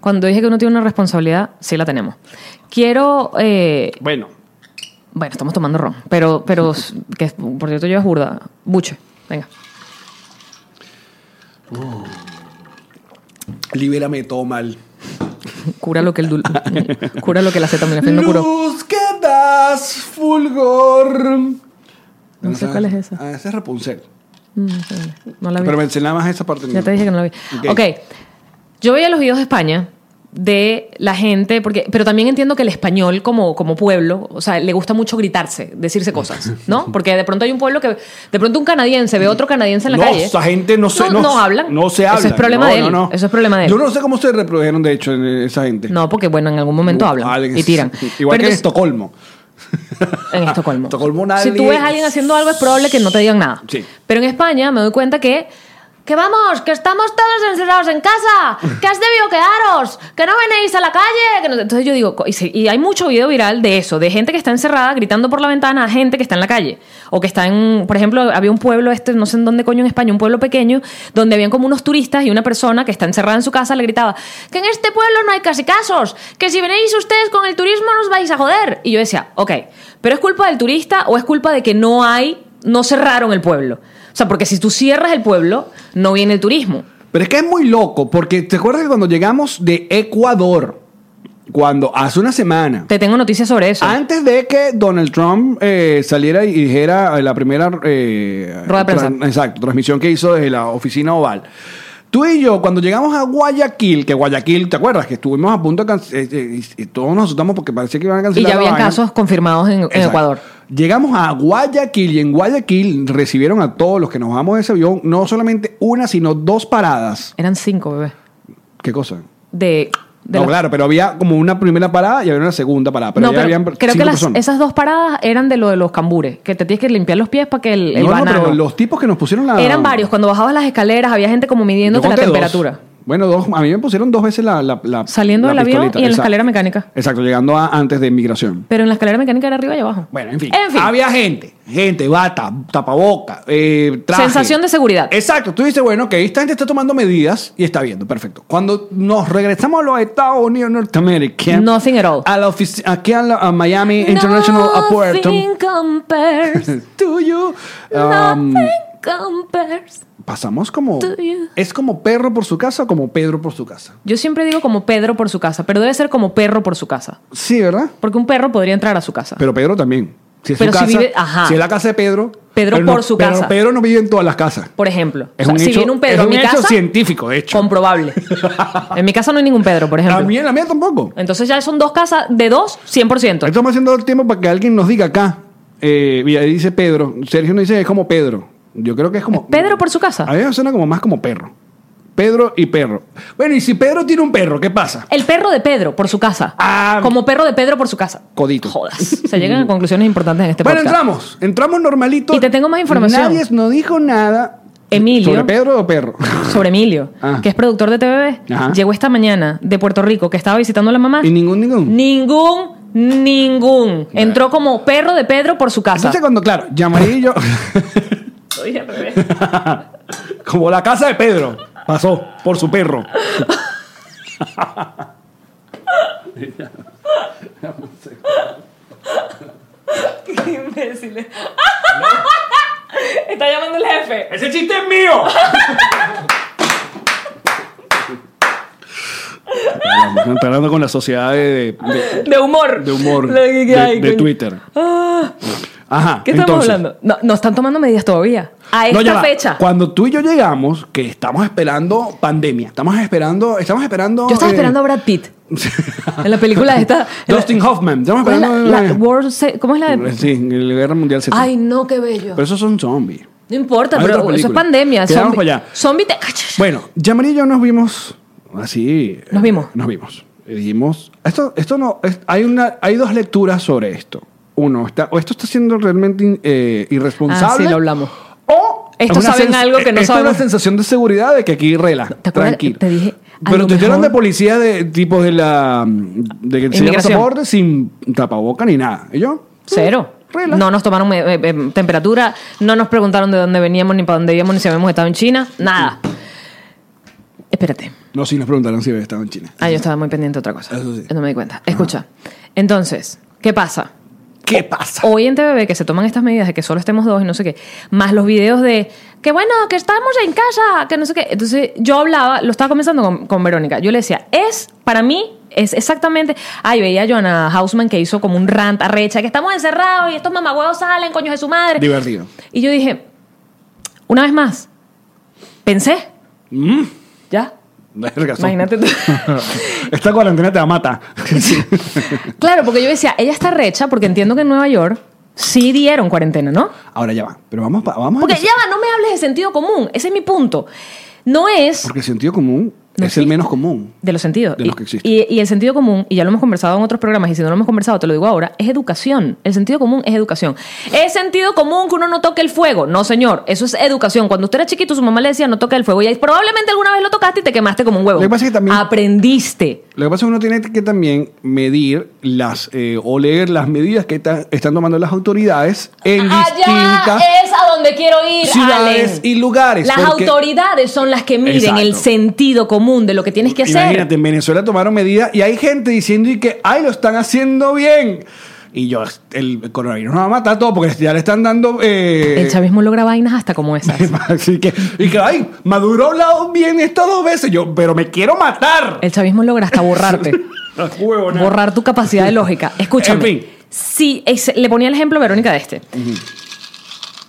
S2: Cuando dije que uno tiene una responsabilidad, sí la tenemos. Quiero... eh,
S1: Bueno,
S2: bueno, estamos tomando ron, pero, pero que por cierto llevas burda. Buche, venga.
S1: libérame todo mal.
S2: Cura lo que el dul- (laughs) cura lo que la acetaminofén no curó.
S1: Luz que das fulgor.
S2: No sé cuál es esa.
S1: Ah, esa es Rapunzel.
S2: No la vi.
S1: Pero mencionaba más esa parte.
S2: Ya te dije que no la vi.
S1: Ok.
S2: Ok. Yo veía los videos de España de la gente, porque, pero también entiendo que el español como, como pueblo, o sea, le gusta mucho gritarse, decirse cosas,
S1: (laughs)
S2: ¿no? Porque de pronto hay un pueblo que, de pronto un canadiense ve otro canadiense en la
S1: no,
S2: calle.
S1: esa gente no se
S2: No, no hablan.
S1: No se
S2: Eso
S1: habla.
S2: es problema
S1: No,
S2: de él.
S1: no, no.
S2: Eso es problema de él.
S1: Yo no sé cómo se reprodujeron, de hecho, en esa gente.
S2: No, porque bueno, en algún momento hablan
S1: Ah,
S2: y tiran.
S1: (laughs) Igual que
S2: Pero
S1: en
S2: entonces-
S1: Estocolmo.
S2: En Estocolmo.
S1: Estocolmo nadie-
S2: Si tú ves a alguien haciendo algo, es probable que no te digan nada.
S1: Sí.
S2: Pero en España me doy cuenta que. Que vamos, que estamos todos encerrados en casa, que has debido quedaros, que no venéis a la calle. que no- Entonces yo digo, co- y, sí, y hay mucho video viral de eso, de gente que está encerrada gritando por la ventana a gente que está en la calle. O que está en, por ejemplo, había un pueblo, este, no sé en dónde coño en España, un pueblo pequeño, donde habían como unos turistas y una persona que está encerrada en su casa le gritaba, que en este pueblo no hay casi casos, que si venéis ustedes con el turismo nos vais a joder. Y yo decía, ok, pero ¿es culpa del turista o es culpa de que no hay, no cerraron el pueblo? O sea, porque si tú cierras el pueblo, no viene el turismo.
S1: Pero es que es muy loco, porque te acuerdas que cuando llegamos de Ecuador, cuando hace una semana,
S2: Te tengo noticias sobre eso.
S1: antes de que Donald Trump eh, saliera y dijera eh, la primera eh,
S2: Rueda de prensa.
S1: tran- exacto, transmisión que hizo desde la oficina oval. Tú y yo, cuando llegamos a Guayaquil, que Guayaquil, ¿te acuerdas? Que estuvimos a punto de cancelar, y todos nos asustamos porque parecía que iban a
S2: y
S1: cancelar.
S2: ya
S1: la
S2: habían
S1: vaina.
S2: casos confirmados en, en
S1: Exacto.
S2: Ecuador.
S1: Llegamos a Guayaquil y en Guayaquil recibieron a todos los que nos vamos de ese avión, no solamente una, sino dos paradas.
S2: Eran cinco, bebé.
S1: ¿Qué cosa?
S2: De, de
S1: no,
S2: las-
S1: claro, pero había como una primera parada y había una segunda parada. Pero
S2: no,
S1: ya
S2: pero
S1: habían
S2: creo
S1: cinco
S2: que las-
S1: personas.
S2: esas dos paradas eran de lo de los cambures, que te tienes que limpiar los pies para que el, el
S1: no, no,
S2: banano.
S1: pero los tipos que nos pusieron la.
S2: Eran varios. Cuando bajabas las escaleras había gente como
S1: Yo
S2: midiéndote la
S1: conté dos.
S2: temperatura.
S1: Bueno, dos, a mí me pusieron dos veces la. la, la-
S2: Saliendo
S1: la
S2: del avión
S1: pistolita,
S2: y en la
S1: exacto.
S2: escalera mecánica.
S1: Exacto, llegando a- antes de inmigración.
S2: Pero en la escalera mecánica era arriba y abajo.
S1: Bueno, en fin.
S2: En fin.
S1: Había gente, gente, bata, tapaboca, eh, traje.
S2: Sensación de seguridad.
S1: Exacto. Tú dices, bueno, que esta gente está tomando medidas y está viendo, perfecto. Cuando nos regresamos a los Estados Unidos, Norteamérica.
S2: Nothing at all.
S1: A la ofici- aquí a, la- a Miami International Airport.
S2: Nothing compares.
S1: To you. Um,
S2: Nothing compares.
S1: pasamos como.
S2: To you.
S1: Es como perro por su casa o como Pedro por su casa.
S2: Yo siempre digo como Pedro por su casa, pero debe ser como perro por su casa.
S1: Sí, ¿verdad?
S2: Porque un perro podría entrar a su casa.
S1: Pero Pedro también. Si es
S2: Pero
S1: su
S2: si
S1: casa.
S2: vive- ajá.
S1: Si es la casa de Pedro.
S2: Pedro
S1: pero no-
S2: por su
S1: pero
S2: casa.
S1: Pedro no vive en todas las casas.
S2: por ejemplo.
S1: Es
S2: O sea,
S1: un
S2: si
S1: hecho-
S2: viene un Pedro
S1: es
S2: a mi
S1: un hecho
S2: casa,
S1: científico, de hecho. (laughs)
S2: comprobable. en mi casa no hay ningún Pedro, por ejemplo.
S1: A mí en la mía tampoco.
S2: Entonces ya son dos casas de dos, 100%.
S1: Estamos haciendo el tiempo para que alguien nos diga acá. Eh, y ahí dice Pedro. Sergio nos dice que es como Pedro. Yo creo que es como.
S2: Pedro por su casa.
S1: A mí me suena como más como perro. Pedro y perro. Bueno, y si Pedro tiene un perro, ¿qué pasa?
S2: El perro de Pedro por su casa.
S1: Ah.
S2: como perro de Pedro por su casa.
S1: Codito.
S2: Jodas. Se llegan a conclusiones importantes en este
S1: bueno,
S2: podcast.
S1: entramos. Entramos normalito.
S2: Y te tengo más información.
S1: Nadie nos dijo nada.
S2: Emilio.
S1: ¿Sobre Pedro o
S2: (laughs)
S1: perro?
S2: Sobre Emilio,
S1: Ah.
S2: que es productor de TVB,
S1: Ajá.
S2: llegó esta mañana de Puerto Rico, que estaba visitando a la mamá.
S1: y ningún, ningún.
S2: Ningún, ningún. Entró como perro de Pedro por su casa.
S1: Entonces cuando, claro,
S2: (laughs)
S1: llamarillo,
S2: Soy
S1: (laughs)
S2: al revés.
S1: como la casa de Pedro, pasó por su perro.
S2: Qué
S1: (laughs)
S2: imbéciles. Está llamando el jefe.
S1: ¡Ese chiste es mío! Está hablando con la sociedad de, de-
S2: De humor.
S1: de humor
S2: Lo que-
S1: de, de
S2: ay, coño. Ah,
S1: Twitter. Ajá.
S2: ¿Qué estamos
S1: entonces.
S2: hablando? No, no están tomando medidas todavía. A
S1: No,
S2: esta
S1: ya va.
S2: fecha.
S1: Cuando tú y yo llegamos, que estamos esperando pandemia, estamos esperando, estamos esperando.
S2: Yo estaba
S1: eh,
S2: esperando a Brad Pitt.
S1: (laughs)
S2: En la película esta. en la-
S1: Dustin Hoffman. Estamos
S2: ¿Cuál es la-
S1: esperando-
S2: la World Se- ¿Cómo es la de.?
S1: Sí, en la Guerra Mundial Z.
S2: Ay, no, qué bello.
S1: Pero esos son zombies.
S2: No importa,
S1: Hay
S2: pero
S1: otra
S2: eso es
S1: película.
S2: pandemia.
S1: Quedamos
S2: zombie-
S1: para allá.
S2: Zombie te.
S1: Bueno, Yamari y yo nos vimos así.
S2: Nos
S1: eh,
S2: vimos.
S1: Nos vimos. Y Dijimos, esto, esto no, es- hay, una, hay dos lecturas sobre esto. Uno, está, o esto está siendo realmente in- eh, irresponsable.
S2: Ah, sí, lo hablamos.
S1: O
S2: Estos
S1: es una
S2: saben
S1: sens-
S2: algo que
S1: esto
S2: no
S1: es
S2: sabemos.
S1: una sensación de seguridad de que aquí relaja.
S2: ¿Te acuerdas?
S1: Tranquilo.
S2: Te dije, a
S1: Pero
S2: lo
S1: te estoy hablando de
S2: mejor-
S1: policía de tipo de la. de que se llama
S2: Inmigración.
S1: pasaporte sin tapaboca ni nada. ¿Y yo? mm,
S2: Cero.
S1: Relax.
S2: No nos tomaron eh, eh, temperatura, no nos preguntaron de dónde veníamos, ni para dónde íbamos, ni si habíamos estado en China, nada. Espérate.
S1: No, sí nos preguntaron si había estado en China.
S2: Ah, yo estaba muy pendiente de otra cosa.
S1: Eso sí.
S2: No me di cuenta. Escucha. Entonces, ¿qué pasa?
S1: ¿Qué pasa?
S2: (laughs) Hoy en TVB que se toman estas medidas de que solo estemos dos y no sé qué, más los videos de que bueno, que estamos en casa, que no sé qué. Entonces yo hablaba, lo estaba comenzando con, con Verónica, yo le decía, es para mí, es exactamente. Ay, veía a Joanna Hausman que hizo como un rant arrecha, que estamos encerrados y estos mamagüeos salen, coño de su madre.
S1: Oh, Divertido.
S2: Y yo dije, una vez más, pensé, ya.
S1: Mm. Verga, son-
S2: Imagínate tú.
S1: (laughs) Esta cuarentena te va a matar. (laughs)
S2: claro, porque yo decía, ella está recha porque entiendo que en Nueva York sí dieron cuarentena, ¿no?
S1: Ahora ya va. Pero vamos, pa- vamos a
S2: Porque
S1: empezar.
S2: ya va, no me hables de sentido común. Ese es mi punto. No es
S1: Porque el sentido común
S2: No
S1: es el
S2: existe.
S1: menos común.
S2: de los sentidos.
S1: De
S2: Y-
S1: los que existen.
S2: y, y el sentido común, y ya lo hemos conversado en otros programas, y si no lo hemos conversado, te lo digo ahora, es educación. El sentido común es educación. Es sentido común que uno no toque el fuego. No, señor, eso es educación. Cuando usted era chiquito, su mamá le decía no toque el fuego. Y ahí probablemente alguna vez lo tocaste y te quemaste como un huevo.
S1: Lo que pasa es que también-
S2: Aprendiste.
S1: Lo que pasa es que uno tiene que también medir las eh, o leer las medidas que ta- están tomando las autoridades en
S2: Allá
S1: distintas
S2: es a donde quiero ir.
S1: ciudades
S2: Allen.
S1: y lugares.
S2: eh, Las
S1: porque-
S2: autoridades son las que miden
S1: Exacto.
S2: el sentido común de lo que tienes que hacer.
S1: Imagínate, en Venezuela tomaron medidas y hay gente diciendo y que, ay, lo están haciendo bien. Y yo, el coronavirus nos va a matar a todos porque ya le están dando... eh,
S2: El chavismo logra vainas hasta como esas.
S1: (laughs) Así que, y que, ay, Maduro ha hablado bien estas dos veces. Yo, pero me quiero matar.
S2: El chavismo logra
S1: (laughs)
S2: hasta borrarte.
S1: La huevona.
S2: borrar tu capacidad de lógica. Escúchame.
S1: En fin.
S2: Sí, es- le ponía el ejemplo a Verónica de este.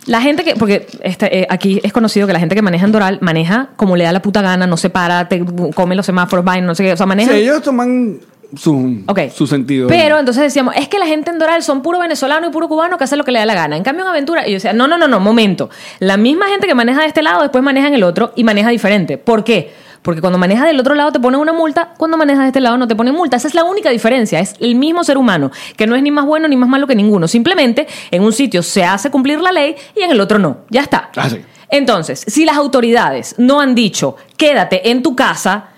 S2: La gente que, porque este, eh, aquí es conocido que la gente que maneja en Doral maneja como le da la puta gana, no se para, te come los semáforos, vaina, no sé qué, o sea, maneja.
S1: Sí, ellos toman su,
S2: Ok.
S1: Mm. su sentido.
S2: Pero entonces decíamos, es que la gente en Doral son puro venezolano y puro cubano que hace lo que le da la gana. En cambio, en Aventura, y yo decía, no, no, no, no, momento. La misma gente que maneja de este lado, después maneja en el otro y maneja diferente. ¿Por qué? Porque cuando manejas del otro lado te ponen una multa, cuando manejas de este lado no te ponen multa. Esa es la única diferencia. Es el mismo ser humano, que no es ni más bueno ni más malo que ninguno. Simplemente en un sitio se hace cumplir la ley y en el otro no. Ya está.
S1: Ah, sí.
S2: Entonces, si las autoridades no han dicho quédate en tu casa,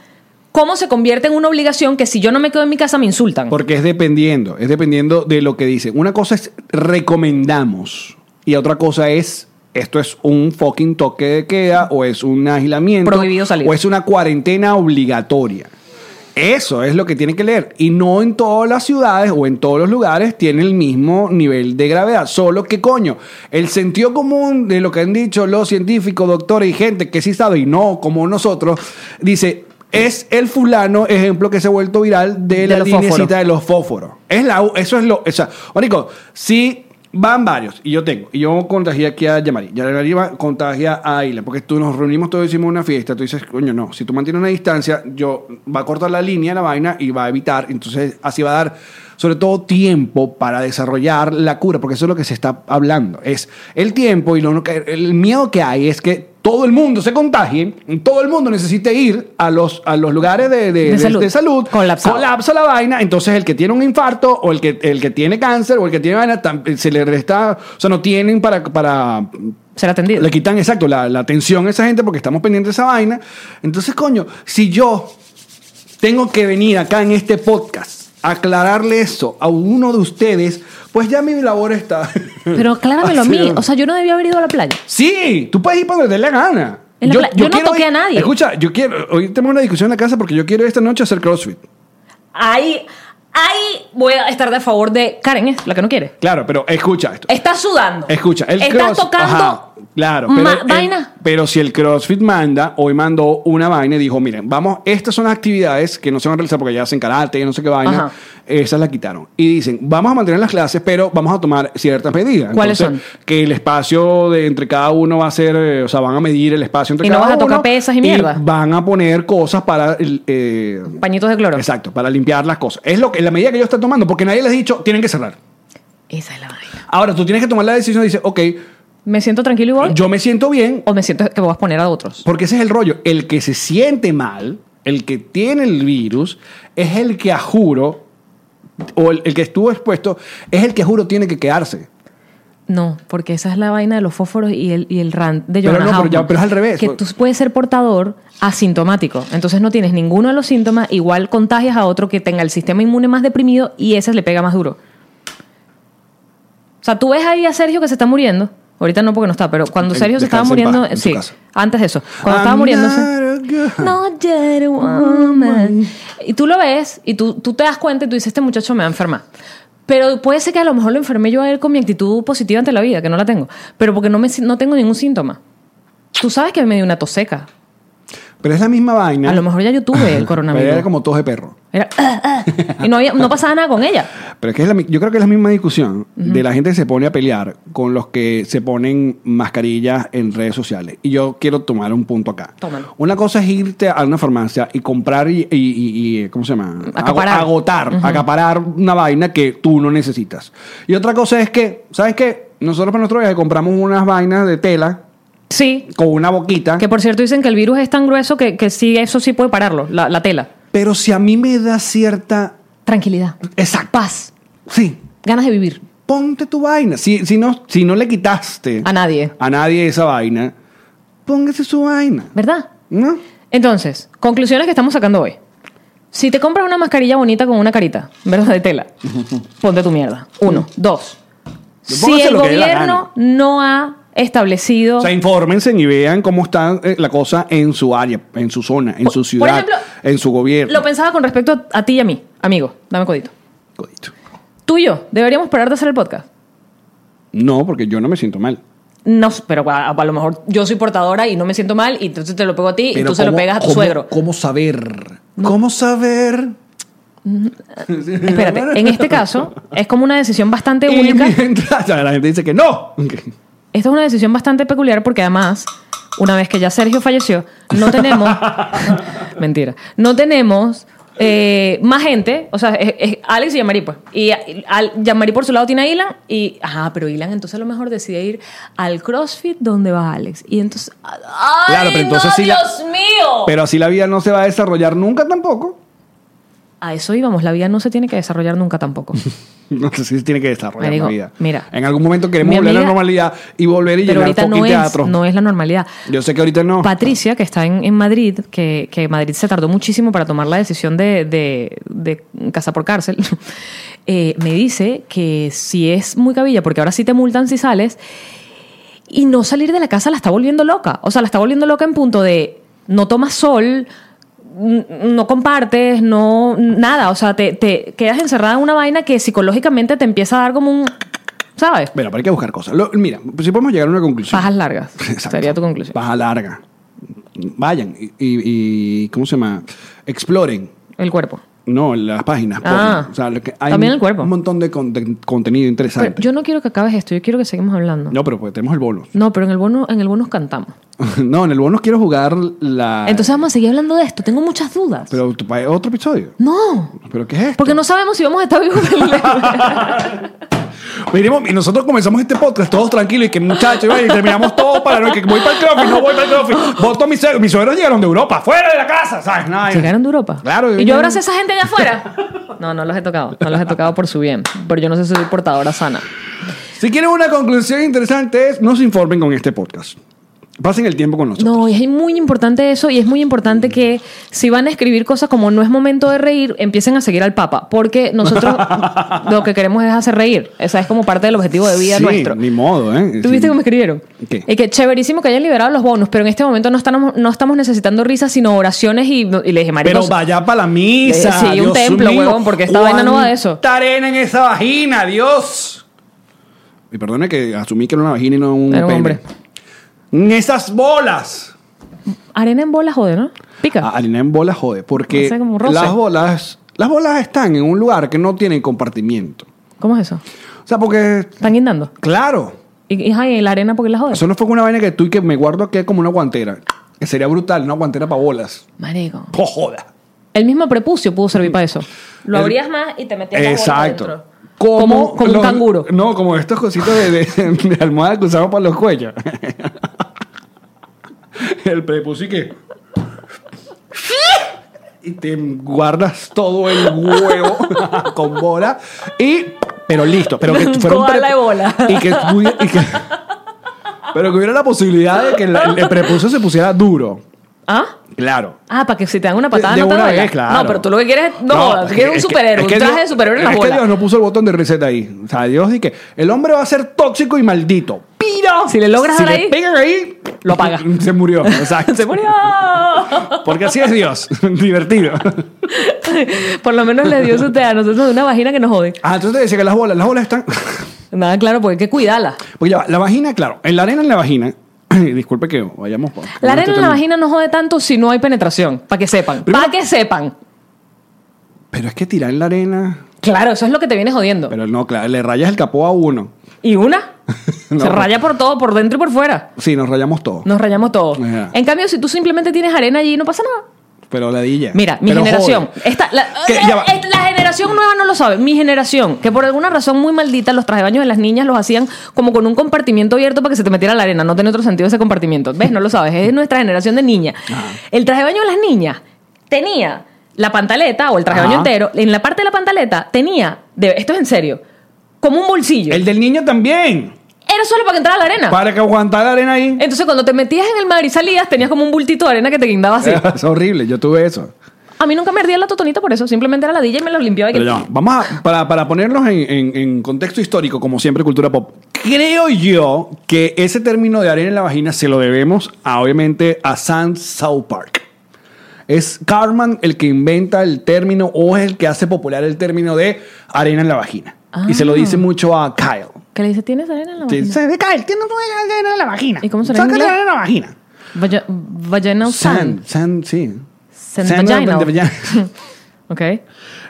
S2: ¿cómo se convierte en una obligación que si yo no me quedo en mi casa me insultan?
S1: Porque es dependiendo, es dependiendo de lo que dicen. Una cosa es recomendamos y otra cosa es esto es un fucking toque de queda o es un aislamiento
S2: Prohibido salir.
S1: o es una cuarentena obligatoria. Eso es lo que tienen que leer. Y no en todas las ciudades o en todos los lugares tiene el mismo nivel de gravedad. Solo que, coño, el sentido común de lo que han dicho los científicos, doctores y gente que sí sabe y no como nosotros, dice, es el fulano ejemplo que se ha vuelto viral de,
S2: De
S1: la
S2: los fósforos.
S1: linecita de los fósforos. Es la, u- eso es lo... O sea, marico, si van varios y yo tengo, y yo contagié aquí a Yamari, Yamari va- contagia a Aila, porque tú nos reunimos todos hicimos una fiesta, tú dices, coño, no, si tú mantienes una distancia, yo va a cortar la línea, la vaina, y va a evitar, entonces así va a dar sobre todo tiempo para desarrollar la cura, porque eso es lo que se está hablando, es el tiempo y lo, uno que- el miedo que hay es que todo el mundo se contagie, todo el mundo necesite ir a los, a los lugares de, de-
S2: De
S1: de-
S2: salud.
S1: de salud colapsado
S2: Colapsado.
S1: colapsa la vaina, entonces el que tiene un infarto o el que, el que tiene cáncer o el que tiene vaina, tam- se le resta, o sea, no tienen para, para
S2: Ser atendido.
S1: le quitan, exacto, la, la atención a esa gente porque estamos pendientes de esa vaina. Entonces, coño, si yo tengo que venir acá en este podcast a aclararle eso a uno de ustedes, pues ya mi labor está. (laughs)
S2: Pero acláramelo a mí.
S1: Así.
S2: O sea, yo no debía haber ido a la playa.
S1: Sí, tú puedes ir para donde te dé la gana.
S2: En la pla- yo no
S1: quiero
S2: toqué
S1: ir-
S2: a nadie.
S1: Escucha, yo quiero. Hoy tenemos una discusión en la casa porque yo quiero esta noche hacer CrossFit.
S2: Ahí, ahí voy a estar de favor de Karen, es la que no quiere.
S1: Claro, pero escucha esto.
S2: Estás sudando.
S1: Escucha, el
S2: Estás
S1: cross-
S2: tocando.
S1: ajá, claro,
S2: ma-
S1: el-
S2: vaina.
S1: Pero si el CrossFit manda, hoy mandó una vaina y dijo, miren, vamos, estas son las actividades que no se van a realizar porque ya hacen karate, no sé qué vaina.
S2: Ajá.
S1: Esas las quitaron. Y dicen, vamos a mantener las clases, pero vamos a tomar ciertas medidas.
S2: ¿Cuáles
S1: son? Que el espacio de entre cada uno va a ser, eh, o sea, van a medir el espacio entre
S2: Y no
S1: cada uno.
S2: vas a tocar pesas y mierda.
S1: van a poner cosas para... el, eh,
S2: Pañitos de cloro.
S1: Exacto, para limpiar las cosas. Es lo que, la medida que ellos están tomando, porque nadie les ha dicho, tienen que cerrar.
S2: Esa es la vaina.
S1: Ahora, tú tienes que tomar la decisión y dices, ok,
S2: ¿Me siento tranquilo igual?
S1: yo me siento bien,
S2: ¿O me siento que voy a exponer a otros?
S1: porque ese es el rollo. El que se siente mal, el que tiene el virus, es el que a juro, o el, el que estuvo expuesto, es el que a juro tiene que quedarse.
S2: No, porque esa es la vaina de los fósforos y el, y el rant de
S1: Pero no,
S2: Jonah
S1: pero
S2: Hauptmann.
S1: ya- pero es al revés.
S2: Que tú puedes ser portador asintomático. Entonces no tienes ninguno de los síntomas, igual contagias a otro que tenga el sistema inmune más deprimido y ese le pega más duro. O sea, tú ves ahí a Sergio que se está muriendo. Ahorita no porque no está, pero cuando
S1: Eh,
S2: Sergio se estaba
S1: descansa en
S2: muriendo,
S1: paz, en su
S2: sí,
S1: casa.
S2: antes de eso, cuando estaba
S1: I'm
S2: muriéndose.
S1: not a girl.
S2: Not yet a woman. Y tú lo ves y tú, tú te das cuenta y tú dices, este muchacho me va a enfermar. Pero puede ser que a lo mejor lo enfermé yo a él con mi actitud positiva ante la vida, que no la tengo. Pero porque no, me, si- no tengo ningún síntoma. Tú sabes que me dio una tos seca.
S1: Pero es la misma vaina.
S2: A lo mejor ya yo tuve
S1: (laughs)
S2: el
S1: Pero era
S2: coronavirus.
S1: como tos de perro.
S2: Era, "Ah, ah", y no, había- no pasaba nada con ella.
S1: Pero es que es la mi- yo creo que es la misma discusión de la gente que se pone a pelear con los que se ponen mascarillas en redes sociales. Y yo quiero tomar un punto acá.
S2: Tómalo.
S1: Una cosa es irte a una farmacia y comprar y, y- y- y- ¿cómo se llama?
S2: Acaparar.
S1: Ago- Agotar, acaparar una vaina que tú no necesitas. Y otra cosa es que, ¿sabes qué? Nosotros para nuestro viaje compramos unas vainas de tela
S2: Sí.
S1: con una boquita.
S2: Que por cierto dicen que el virus es tan grueso que, que sí, eso sí puede pararlo, la, la tela.
S1: Pero si a mí me da cierta...
S2: Tranquilidad.
S1: Exacto.
S2: Paz.
S1: Sí.
S2: Ganas de vivir.
S1: Ponte tu vaina. Si, si, no, si no le quitaste...
S2: A nadie.
S1: a nadie esa vaina, póngase su vaina.
S2: ¿Verdad?
S1: ¿No?
S2: Entonces, conclusiones que estamos sacando hoy. Si te compras una mascarilla bonita con una carita, ¿verdad?
S1: (laughs)
S2: De tela, ponte tu mierda. Uno. Dos. Si
S1: Póngase
S2: el
S1: Mm. lo que dé la
S2: gobierno no ha establecido.
S1: O sea, infórmense y vean cómo está eh, la cosa en su área, en su zona, en
S2: Por-
S1: su
S2: por
S1: ciudad,
S2: ejemplo,
S1: en su gobierno.
S2: lo pensaba con respecto a- a ti y a mí. Amigo, dame codito.
S1: Codito.
S2: Tú y yo, deberíamos parar de hacer el podcast.
S1: No, porque yo no me siento mal.
S2: No, pero a, a lo mejor yo soy portadora y no me siento mal, y entonces te lo pego a ti y
S1: Pero
S2: tú se lo
S1: ¿cómo-
S2: pegas a tu
S1: cómo- (laughs)
S2: suegro.
S1: ¿Cómo saber? ¿Cómo saber?
S2: Espérate, en este caso es como una decisión
S1: (laughs)
S2: bastante
S1: Y
S2: única.
S1: mientras- la gente dice que no.
S2: Esta es una decisión bastante peculiar porque además, una vez que ya Sergio falleció, no tenemos. mentira. No tenemos. eh, más gente, o sea, es, es Alex y Yamari, pues. Y a- al, Yamari por su lado tiene a Ilan y, ajá, pero Ilan entonces a lo mejor decide ir al CrossFit donde va Alex. Y entonces, ¡ay,
S1: Claro, pero entonces
S2: no,
S1: sí la-
S2: Dios mío!
S1: Pero así la vida no se va a desarrollar nunca tampoco.
S2: A eso íbamos, la vida no se tiene que desarrollar
S1: (laughs)
S2: nunca tampoco.
S1: No sé si se tiene que desarrollar
S2: Marico,
S1: la vida.
S2: mira.
S1: en algún momento queremos
S2: Mi
S1: volver a la
S2: amiga-
S1: normalidad y volver y
S2: pero
S1: llenar
S2: ahorita
S1: fucking
S2: no es,
S1: teatro.
S2: no es la normalidad.
S1: Yo sé que ahorita no.
S2: (laughs) Patricia, que está en, en Madrid, que, que Madrid se tardó muchísimo para tomar la decisión de, de, de casa por cárcel, (laughs) eh, me dice que si es muy cabilla, porque ahora sí te multan si sales, y no salir de la casa la está volviendo loca. O sea, la está volviendo loca en punto de no tomas sol. n- No compartes, no nada, o sea, te, te quedas encerrada en una vaina que psicológicamente te empieza a dar como un, ¿sabes?
S1: Bueno, pero hay que buscar cosas. Lo- mira, pues si podemos llegar a una conclusión.
S2: Pajas largas.
S1: Exacto.
S2: Sería tu conclusión.
S1: Paja larga. Vayan y, y- y- ¿cómo se llama? Exploren.
S2: El cuerpo.
S1: No, las páginas.
S2: Ah.
S1: porno. o sea, lo que hay
S2: También el
S1: un-
S2: cuerpo.
S1: Un montón de, con- de contenido
S2: Pero
S1: interesante.
S2: yo no quiero que acabes esto, yo quiero que sigamos hablando. No,
S1: No, pero pues tenemos el bonus. (laughs)
S2: pero en el bono, en el bonus cantamos.
S1: no, en el bonus quiero jugar la.
S2: Entonces vamos a seguir hablando de esto. Tengo muchas dudas.
S1: Ah, eh. Pero tu- pa- otro episodio.
S2: no.
S1: ¿Pero qué es esto?
S2: Porque no sabemos si vamos a estar vivos.
S1: (laughs)
S2: en el-
S1: Miremos, y nosotros comenzamos este podcast todos tranquilos y que muchachos, y bueno, y terminamos todos para no, que voy para el crossfit, no voy para el crossfit. Voto a mis suegros, mis suegros llegaron de Europa, fuera de la casa, ¿sabes? Nada.
S2: Llegaron de Europa.
S1: Claro,
S2: Y yo
S1: yo-
S2: abracé a esa gente allá afuera. No, no los he tocado. No los he tocado por su bien. Pero yo no sé si soy portadora sana.
S1: Si quieren una conclusión interesante es, no se informen con este podcast. Pasen el tiempo con nosotros.
S2: No, y es muy importante eso y es muy importante que si van a escribir cosas como no es momento de reír, empiecen a seguir al Papa, porque
S1: (laughs)
S2: nosotros lo que queremos es hacer reír. Esa es como parte del objetivo de vida
S1: Sí,
S2: nuestro.
S1: ni modo, ¿eh?
S2: ¿Tuviste
S1: Sí.
S2: cómo escribieron?
S1: ¿Qué?
S2: Y que chéverísimo que hayan liberado los bonus, pero en este momento no estamos, no estamos necesitando risas, sino oraciones y, y le dije, marico,
S1: Pero vaya para la misa.
S2: Eh, sí, un
S1: Dios
S2: templo,
S1: mío.
S2: huevón, porque esta vaina no va de eso.
S1: ¿Cuánta arena en esa vagina, Dios. Y perdone que asumí que era una vagina y no un,
S2: Era un
S1: pene.
S2: hombre.
S1: Esas bolas.
S2: Arena en bola jode, ¿no? Pica.
S1: Ah, harina en bolas jode, porque
S2: No sé, como un roce.
S1: las bolas, las bolas están en un lugar que no tienen compartimiento.
S2: ¿Cómo es eso?
S1: O sea, porque,
S2: ¿Están guindando?
S1: claro,
S2: ¿Y, y, ay, la arena porque la jode?
S1: eso no fue una vaina que tú y que me guardo aquí como una guantera. Que sería brutal, una guantera para bolas.
S2: Marico.
S1: ¡Oh, joda!
S2: El mismo prepucio pudo servir para eso. Lo
S1: El-
S2: abrías más y te metías la bola
S1: Exacto.
S2: adentro. Como, como
S1: los-
S2: un canguro.
S1: No, como estos cositos de, de- (laughs) de almohada que usamos para los cuellos. (laughs) El prepucio que. (laughs) Y te guardas todo el huevo (laughs) con bola. Y. Pero listo.
S2: (laughs)
S1: Pero que fuera un
S2: Koala
S1: prepu-
S2: de bola.
S1: Y que, hubi- y
S2: (laughs)
S1: que- Pero que hubiera la posibilidad de que el, el prepucio se pusiera duro.
S2: ¿Ah?
S1: Claro.
S2: Ah, para que si te dan una patada
S1: de
S2: no te
S1: una
S2: duela.
S1: vez, claro.
S2: No, pero tú lo que quieres es, no, jodas, tú
S1: es
S2: quieres
S1: que-
S2: un
S1: es que-
S2: superhéroe,
S1: es que
S2: un traje
S1: Dios-
S2: de superhéroe en la
S1: Es que
S2: bola.
S1: Dios no puso el botón de reset ahí. O sea, Dios dice que el hombre va a ser tóxico y maldito. Pero
S2: Si le logras
S1: si
S2: dar
S1: le
S2: ahí,
S1: pegan ahí,
S2: lo apaga.
S1: (laughs) Se murió, exacto.
S2: (laughs) (laughs)
S1: (laughs)
S2: Se murió.
S1: Porque así es Dios. (laughs)
S2: (laughs)
S1: Divertido.
S2: Por lo menos le dio su té a nosotros de una vagina que nos jode.
S1: Ah, entonces te decía que las bolas, las bolas están. (laughs)
S2: Nada, claro, porque hay que cuidarla.
S1: Porque ya va, la vagina, claro. En la arena en la vagina. (clears throat) Disculpe que vayamos. por- este
S2: La arena en la
S1: Pero-
S2: vagina no jode tanto si no hay penetración. Para que sepan. Para
S1: Primero-
S2: que sepan.
S1: Pero es que tirar en la arena.
S2: Claro, eso es lo que te viene jodiendo.
S1: Pero no, claro, le rayas el capó a uno. (laughs)
S2: ¿Y una?
S1: No.
S2: Se raya por todo, por dentro y por fuera.
S1: Sí, nos rayamos todos.
S2: Nos rayamos todos.
S1: Ajá.
S2: En cambio, si tú simplemente tienes arena allí, no pasa nada.
S1: Pero la dilla.
S2: Mira, mi
S1: Pero
S2: generación.
S1: jode.
S2: Esta, la,
S1: Que ya va.
S2: eh, la generación nueva no lo sabe. Mi generación, que por alguna razón muy maldita, los trajes de baño de las niñas los hacían como con un compartimiento abierto para que se te metiera la arena. No tiene otro sentido ese compartimiento. ¿Ves? No lo sabes. Es de nuestra generación de niña. El traje de baño de las niñas tenía la pantaleta o el traje de baño
S1: Ajá.
S2: entero. En la parte de la pantaleta tenía, de, esto es en serio, como un bolsillo.
S1: El del niño también.
S2: Era solo para que entrara la arena.
S1: Para que aguantara la arena ahí.
S2: Entonces, cuando te metías en el mar y salías, tenías como un bultito de arena que te guindaba así.
S1: (laughs) Es horrible, yo tuve eso.
S2: A mí nunca me ardía la totonita por eso. Simplemente era la DJ y me los limpiaba. Y que...
S1: Pero ya, vamos a, para, para ponernos en, en- en contexto histórico, como siempre, cultura pop. Creo yo que ese término de arena en la vagina se lo debemos, a, obviamente, a Sam South Park. Es Carman el que inventa el término o es el que hace popular el término de arena en la vagina. Y
S2: Ah.
S1: se lo dice mucho a Kyle.
S2: ¿Qué le dice? ¿Tienes arena en la
S1: Sí,
S2: vagina?
S1: se- Kyle, tienes arena en la vagina.
S2: ¿Y cómo se le dice en
S1: Sácate
S2: inglés?
S1: arena en la vagina.
S2: Vaya- Vaginal
S1: San,
S2: sand.
S1: san, sí.
S2: Sand
S1: Sand
S2: vaginal.
S1: de
S2: (laughs)
S1: vagina.
S2: Ok.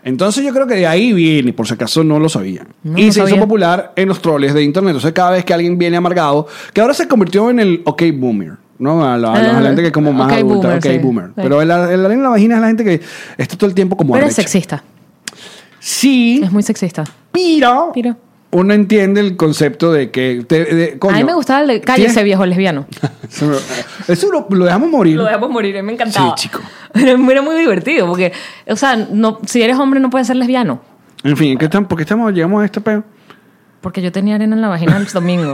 S1: Entonces yo creo que de ahí viene, por si acaso no lo sabía.
S2: No
S1: y
S2: lo
S1: se
S2: sabía.
S1: hizo popular en los troles de internet. Entonces cada vez que alguien viene amargado, que ahora se convirtió en el OK Boomer, ¿no? A la, a la
S2: Ah,
S1: gente que es como más
S2: ok
S1: adulta,
S2: boomer,
S1: OK
S2: sí,
S1: Boomer.
S2: sí.
S1: Pero el, el arena en la vagina es la gente que está todo el tiempo como
S2: Pero es
S1: arrecha.
S2: sexista.
S1: Sí,
S2: Es muy sexista.
S1: pero,
S2: Pero-
S1: uno entiende el concepto de que... te- de- coño,
S2: a mí me gustaba el de cállese
S1: tienes-
S2: viejo lesbiano.
S1: (laughs) Eso lo, lo dejamos morir.
S2: Lo dejamos morir, me encantaba.
S1: Sí, chico.
S2: Era, era muy divertido porque, o sea, no, si eres hombre no puedes ser lesbiano.
S1: En fin, ¿qué tan- ¿por qué estamos, llegamos a este peo?
S2: Porque yo tenía arena en la vagina el
S1: (laughs)
S2: domingo.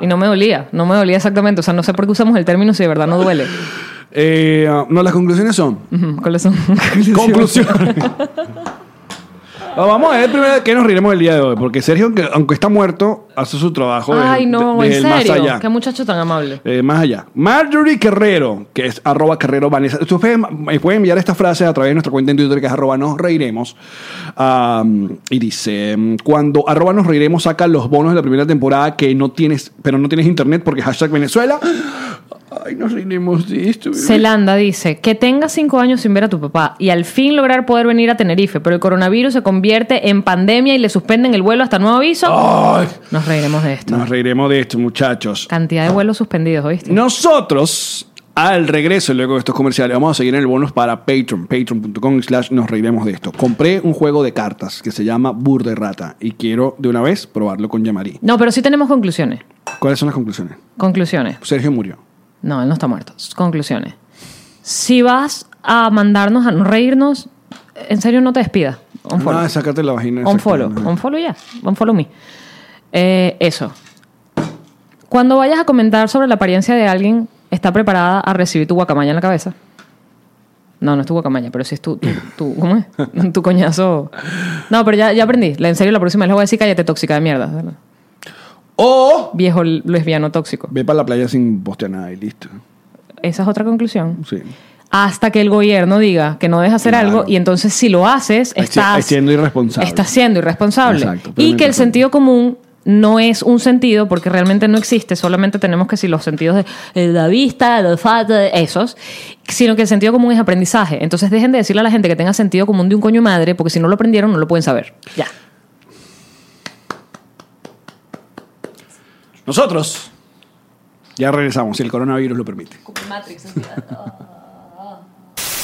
S2: y no me dolía, no me dolía exactamente. O sea, no sé por qué usamos el término si de verdad no duele.
S1: Eh, no, las conclusiones son...
S2: Ujú, ¿Cuáles son? (laughs)
S1: Conclusión. Ah, Vamos a ver primero qué nos riremos el día de hoy, porque Sergio, aunque, aunque está muerto, hace su trabajo desde-
S2: Ay, no,
S1: de-
S2: en
S1: desde el
S2: serio.
S1: más allá.
S2: Qué muchacho tan amable.
S1: Eh, más allá. Marjorie Carrero, que es arroba Carrero Vanessa. Ustedes pueden, me pueden enviar estas frases a través de nuestra cuenta en Twitter, que es arroba nos reiremos. Am, y dice, mm, cuando arroba nos reiremos saca los bonos de la primera temporada que no tienes, pero no tienes internet porque hashtag Venezuela. (gasps) Ay, nos reiremos de esto. bebé.
S2: Celanda dice que tengas cinco años sin ver a tu papá y al fin lograr poder venir a Tenerife, pero el coronavirus se convierte en pandemia y le suspenden el vuelo hasta nuevo aviso.
S1: Ay,
S2: Nos reiremos de esto.
S1: nos reiremos de esto, muchachos.
S2: Cantidad de vuelos suspendidos, ¿oíste?
S1: Nosotros, al regreso luego de estos comerciales, vamos a seguir en el bonus para Patreon, patreon.com slash nos reiremos de esto. Compré un juego de cartas que se llama Burda y Rata y quiero de una vez probarlo con Yamari.
S2: No, pero sí tenemos conclusiones.
S1: ¿Cuáles son las conclusiones?
S2: Conclusiones.
S1: Sergio murió.
S2: No, él no está muerto. Conclusiones. Si vas a mandarnos a no reírnos, en serio no te despidas. Unfollow.
S1: Ah, sácate la vagina.
S2: Unfollow. Unfollow ya. Unfollow me. Eh, eso. Cuando vayas a comentar sobre la apariencia de alguien, ¿está preparada a recibir tu guacamaya en la cabeza? No, no es tu guacamaya, pero sí es tu... tu, tu- ¿Cómo es? (laughs) Tu coñazo. No, pero ya, ya aprendí. En serio, la próxima vez le voy a decir cállate tóxica de mierda.
S1: O
S2: Viejo lesbiano tóxico.
S1: ve para la playa sin postear nada y listo.
S2: Esa es otra conclusión.
S1: Sí.
S2: Hasta que el gobierno diga que no dejas hacer
S1: Claro.
S2: algo y entonces si lo haces,
S1: Ahí sí-
S2: estás...
S1: ahí siendo irresponsable.
S2: Estás siendo irresponsable.
S1: Exacto,
S2: y que el
S1: plenamente.
S2: sentido común no es un sentido porque realmente no existe, solamente tenemos que si los sentidos de eh, la vista, el olfato, esos, sino que el sentido común es aprendizaje. Entonces dejen de decirle a la gente que tenga sentido común de un coño madre porque si no lo aprendieron no lo pueden saber. Ya.
S1: Nosotros ya regresamos, si el coronavirus lo permite.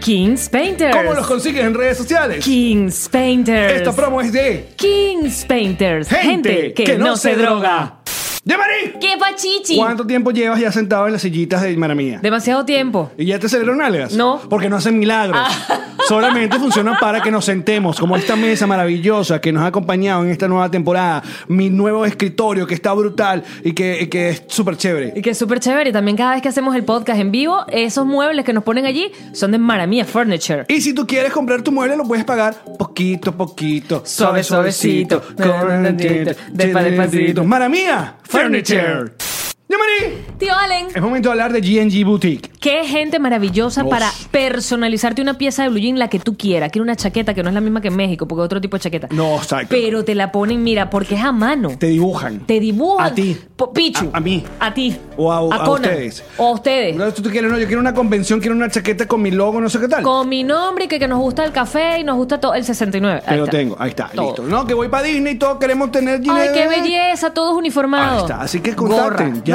S2: Kings Painters.
S1: ¿Cómo los consigues en redes sociales?
S2: Kings Painters.
S1: Esta promo es de
S2: Kings Painters.
S1: gente, que, no, se droga. ¡Yamari!
S2: ¡Qué pachichi!
S1: ¿Cuánto tiempo llevas ya sentado en las sillitas de Mara Mía?
S2: Demasiado tiempo.
S1: ¿Y ya te salieron algas?
S2: No. Ah.
S1: Porque no hacen milagros. (laughs) Solamente funcionan para que nos sentemos, como esta mesa maravillosa que nos ha acompañado en esta nueva temporada. Mi nuevo escritorio que está brutal y que, y que es súper
S2: Y
S1: chévere.
S2: que es súper chévere. Y también cada vez que hacemos el podcast en vivo, esos muebles que nos ponen allí son de Maramia Furniture.
S1: Y si tú quieres comprar tu mueble, lo puedes pagar poquito a poquito.
S2: Suave, suavecito,
S1: corrientito,
S2: despa- despacito.
S1: Mara mía, furniture. Yamari,
S2: Tío Allen.
S1: es momento de hablar de GNG Boutique.
S2: Qué gente maravillosa
S1: Nos.
S2: para personalizarte una pieza de blue jean la que tú quieras. Quiero una chaqueta que no es la misma que en México, porque es otro tipo de chaqueta.
S1: No, exacto.
S2: Pero te la ponen, mira, porque es a mano.
S1: Te dibujan.
S2: Te dibujan.
S1: A ti.
S2: Po- Pichu.
S1: A- a mí.
S2: A ti.
S1: O a- a
S2: Conan.
S1: ustedes.
S2: O a ustedes.
S1: No, tú, tú quieres, no, yo quiero una convención, quiero una chaqueta con mi logo, no sé qué tal.
S2: Con mi nombre, y que, que nos gusta el café y nos gusta todo el 69.
S1: Te
S2: Ahí
S1: lo
S2: está.
S1: tengo, ahí está,
S2: Todo.
S1: listo. No, que voy para Disney y todos queremos tener
S2: Ay,
S1: dinero.
S2: qué belleza, todos uniformados.
S1: Ahí está, así que contacten,
S2: Gorra.
S1: ya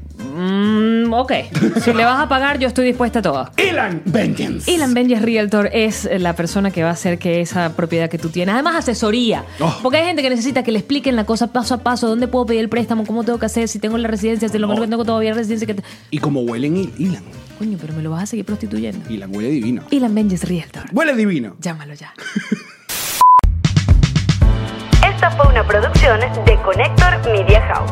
S2: Mm, ok. Si le vas a pagar, yo estoy dispuesta a todo.
S1: Elan Vengeance.
S2: Elan Benjes Realtor es la persona que va a hacer que esa propiedad que tú tienes, además asesoría,
S1: Oh.
S2: porque hay gente que necesita que le expliquen la cosa paso a paso, dónde puedo pedir el préstamo, cómo tengo que hacer, si tengo la residencia, si lo mejor que tengo todavía residencia que te-
S1: Y como huelen Il- Elan.
S2: coño, pero me lo vas a seguir prostituyendo.
S1: Elan huele divino.
S2: Elan Benjes Realtor,
S1: Huele divino.
S2: llámalo ya.
S5: Esta fue una producción de Connector Media House.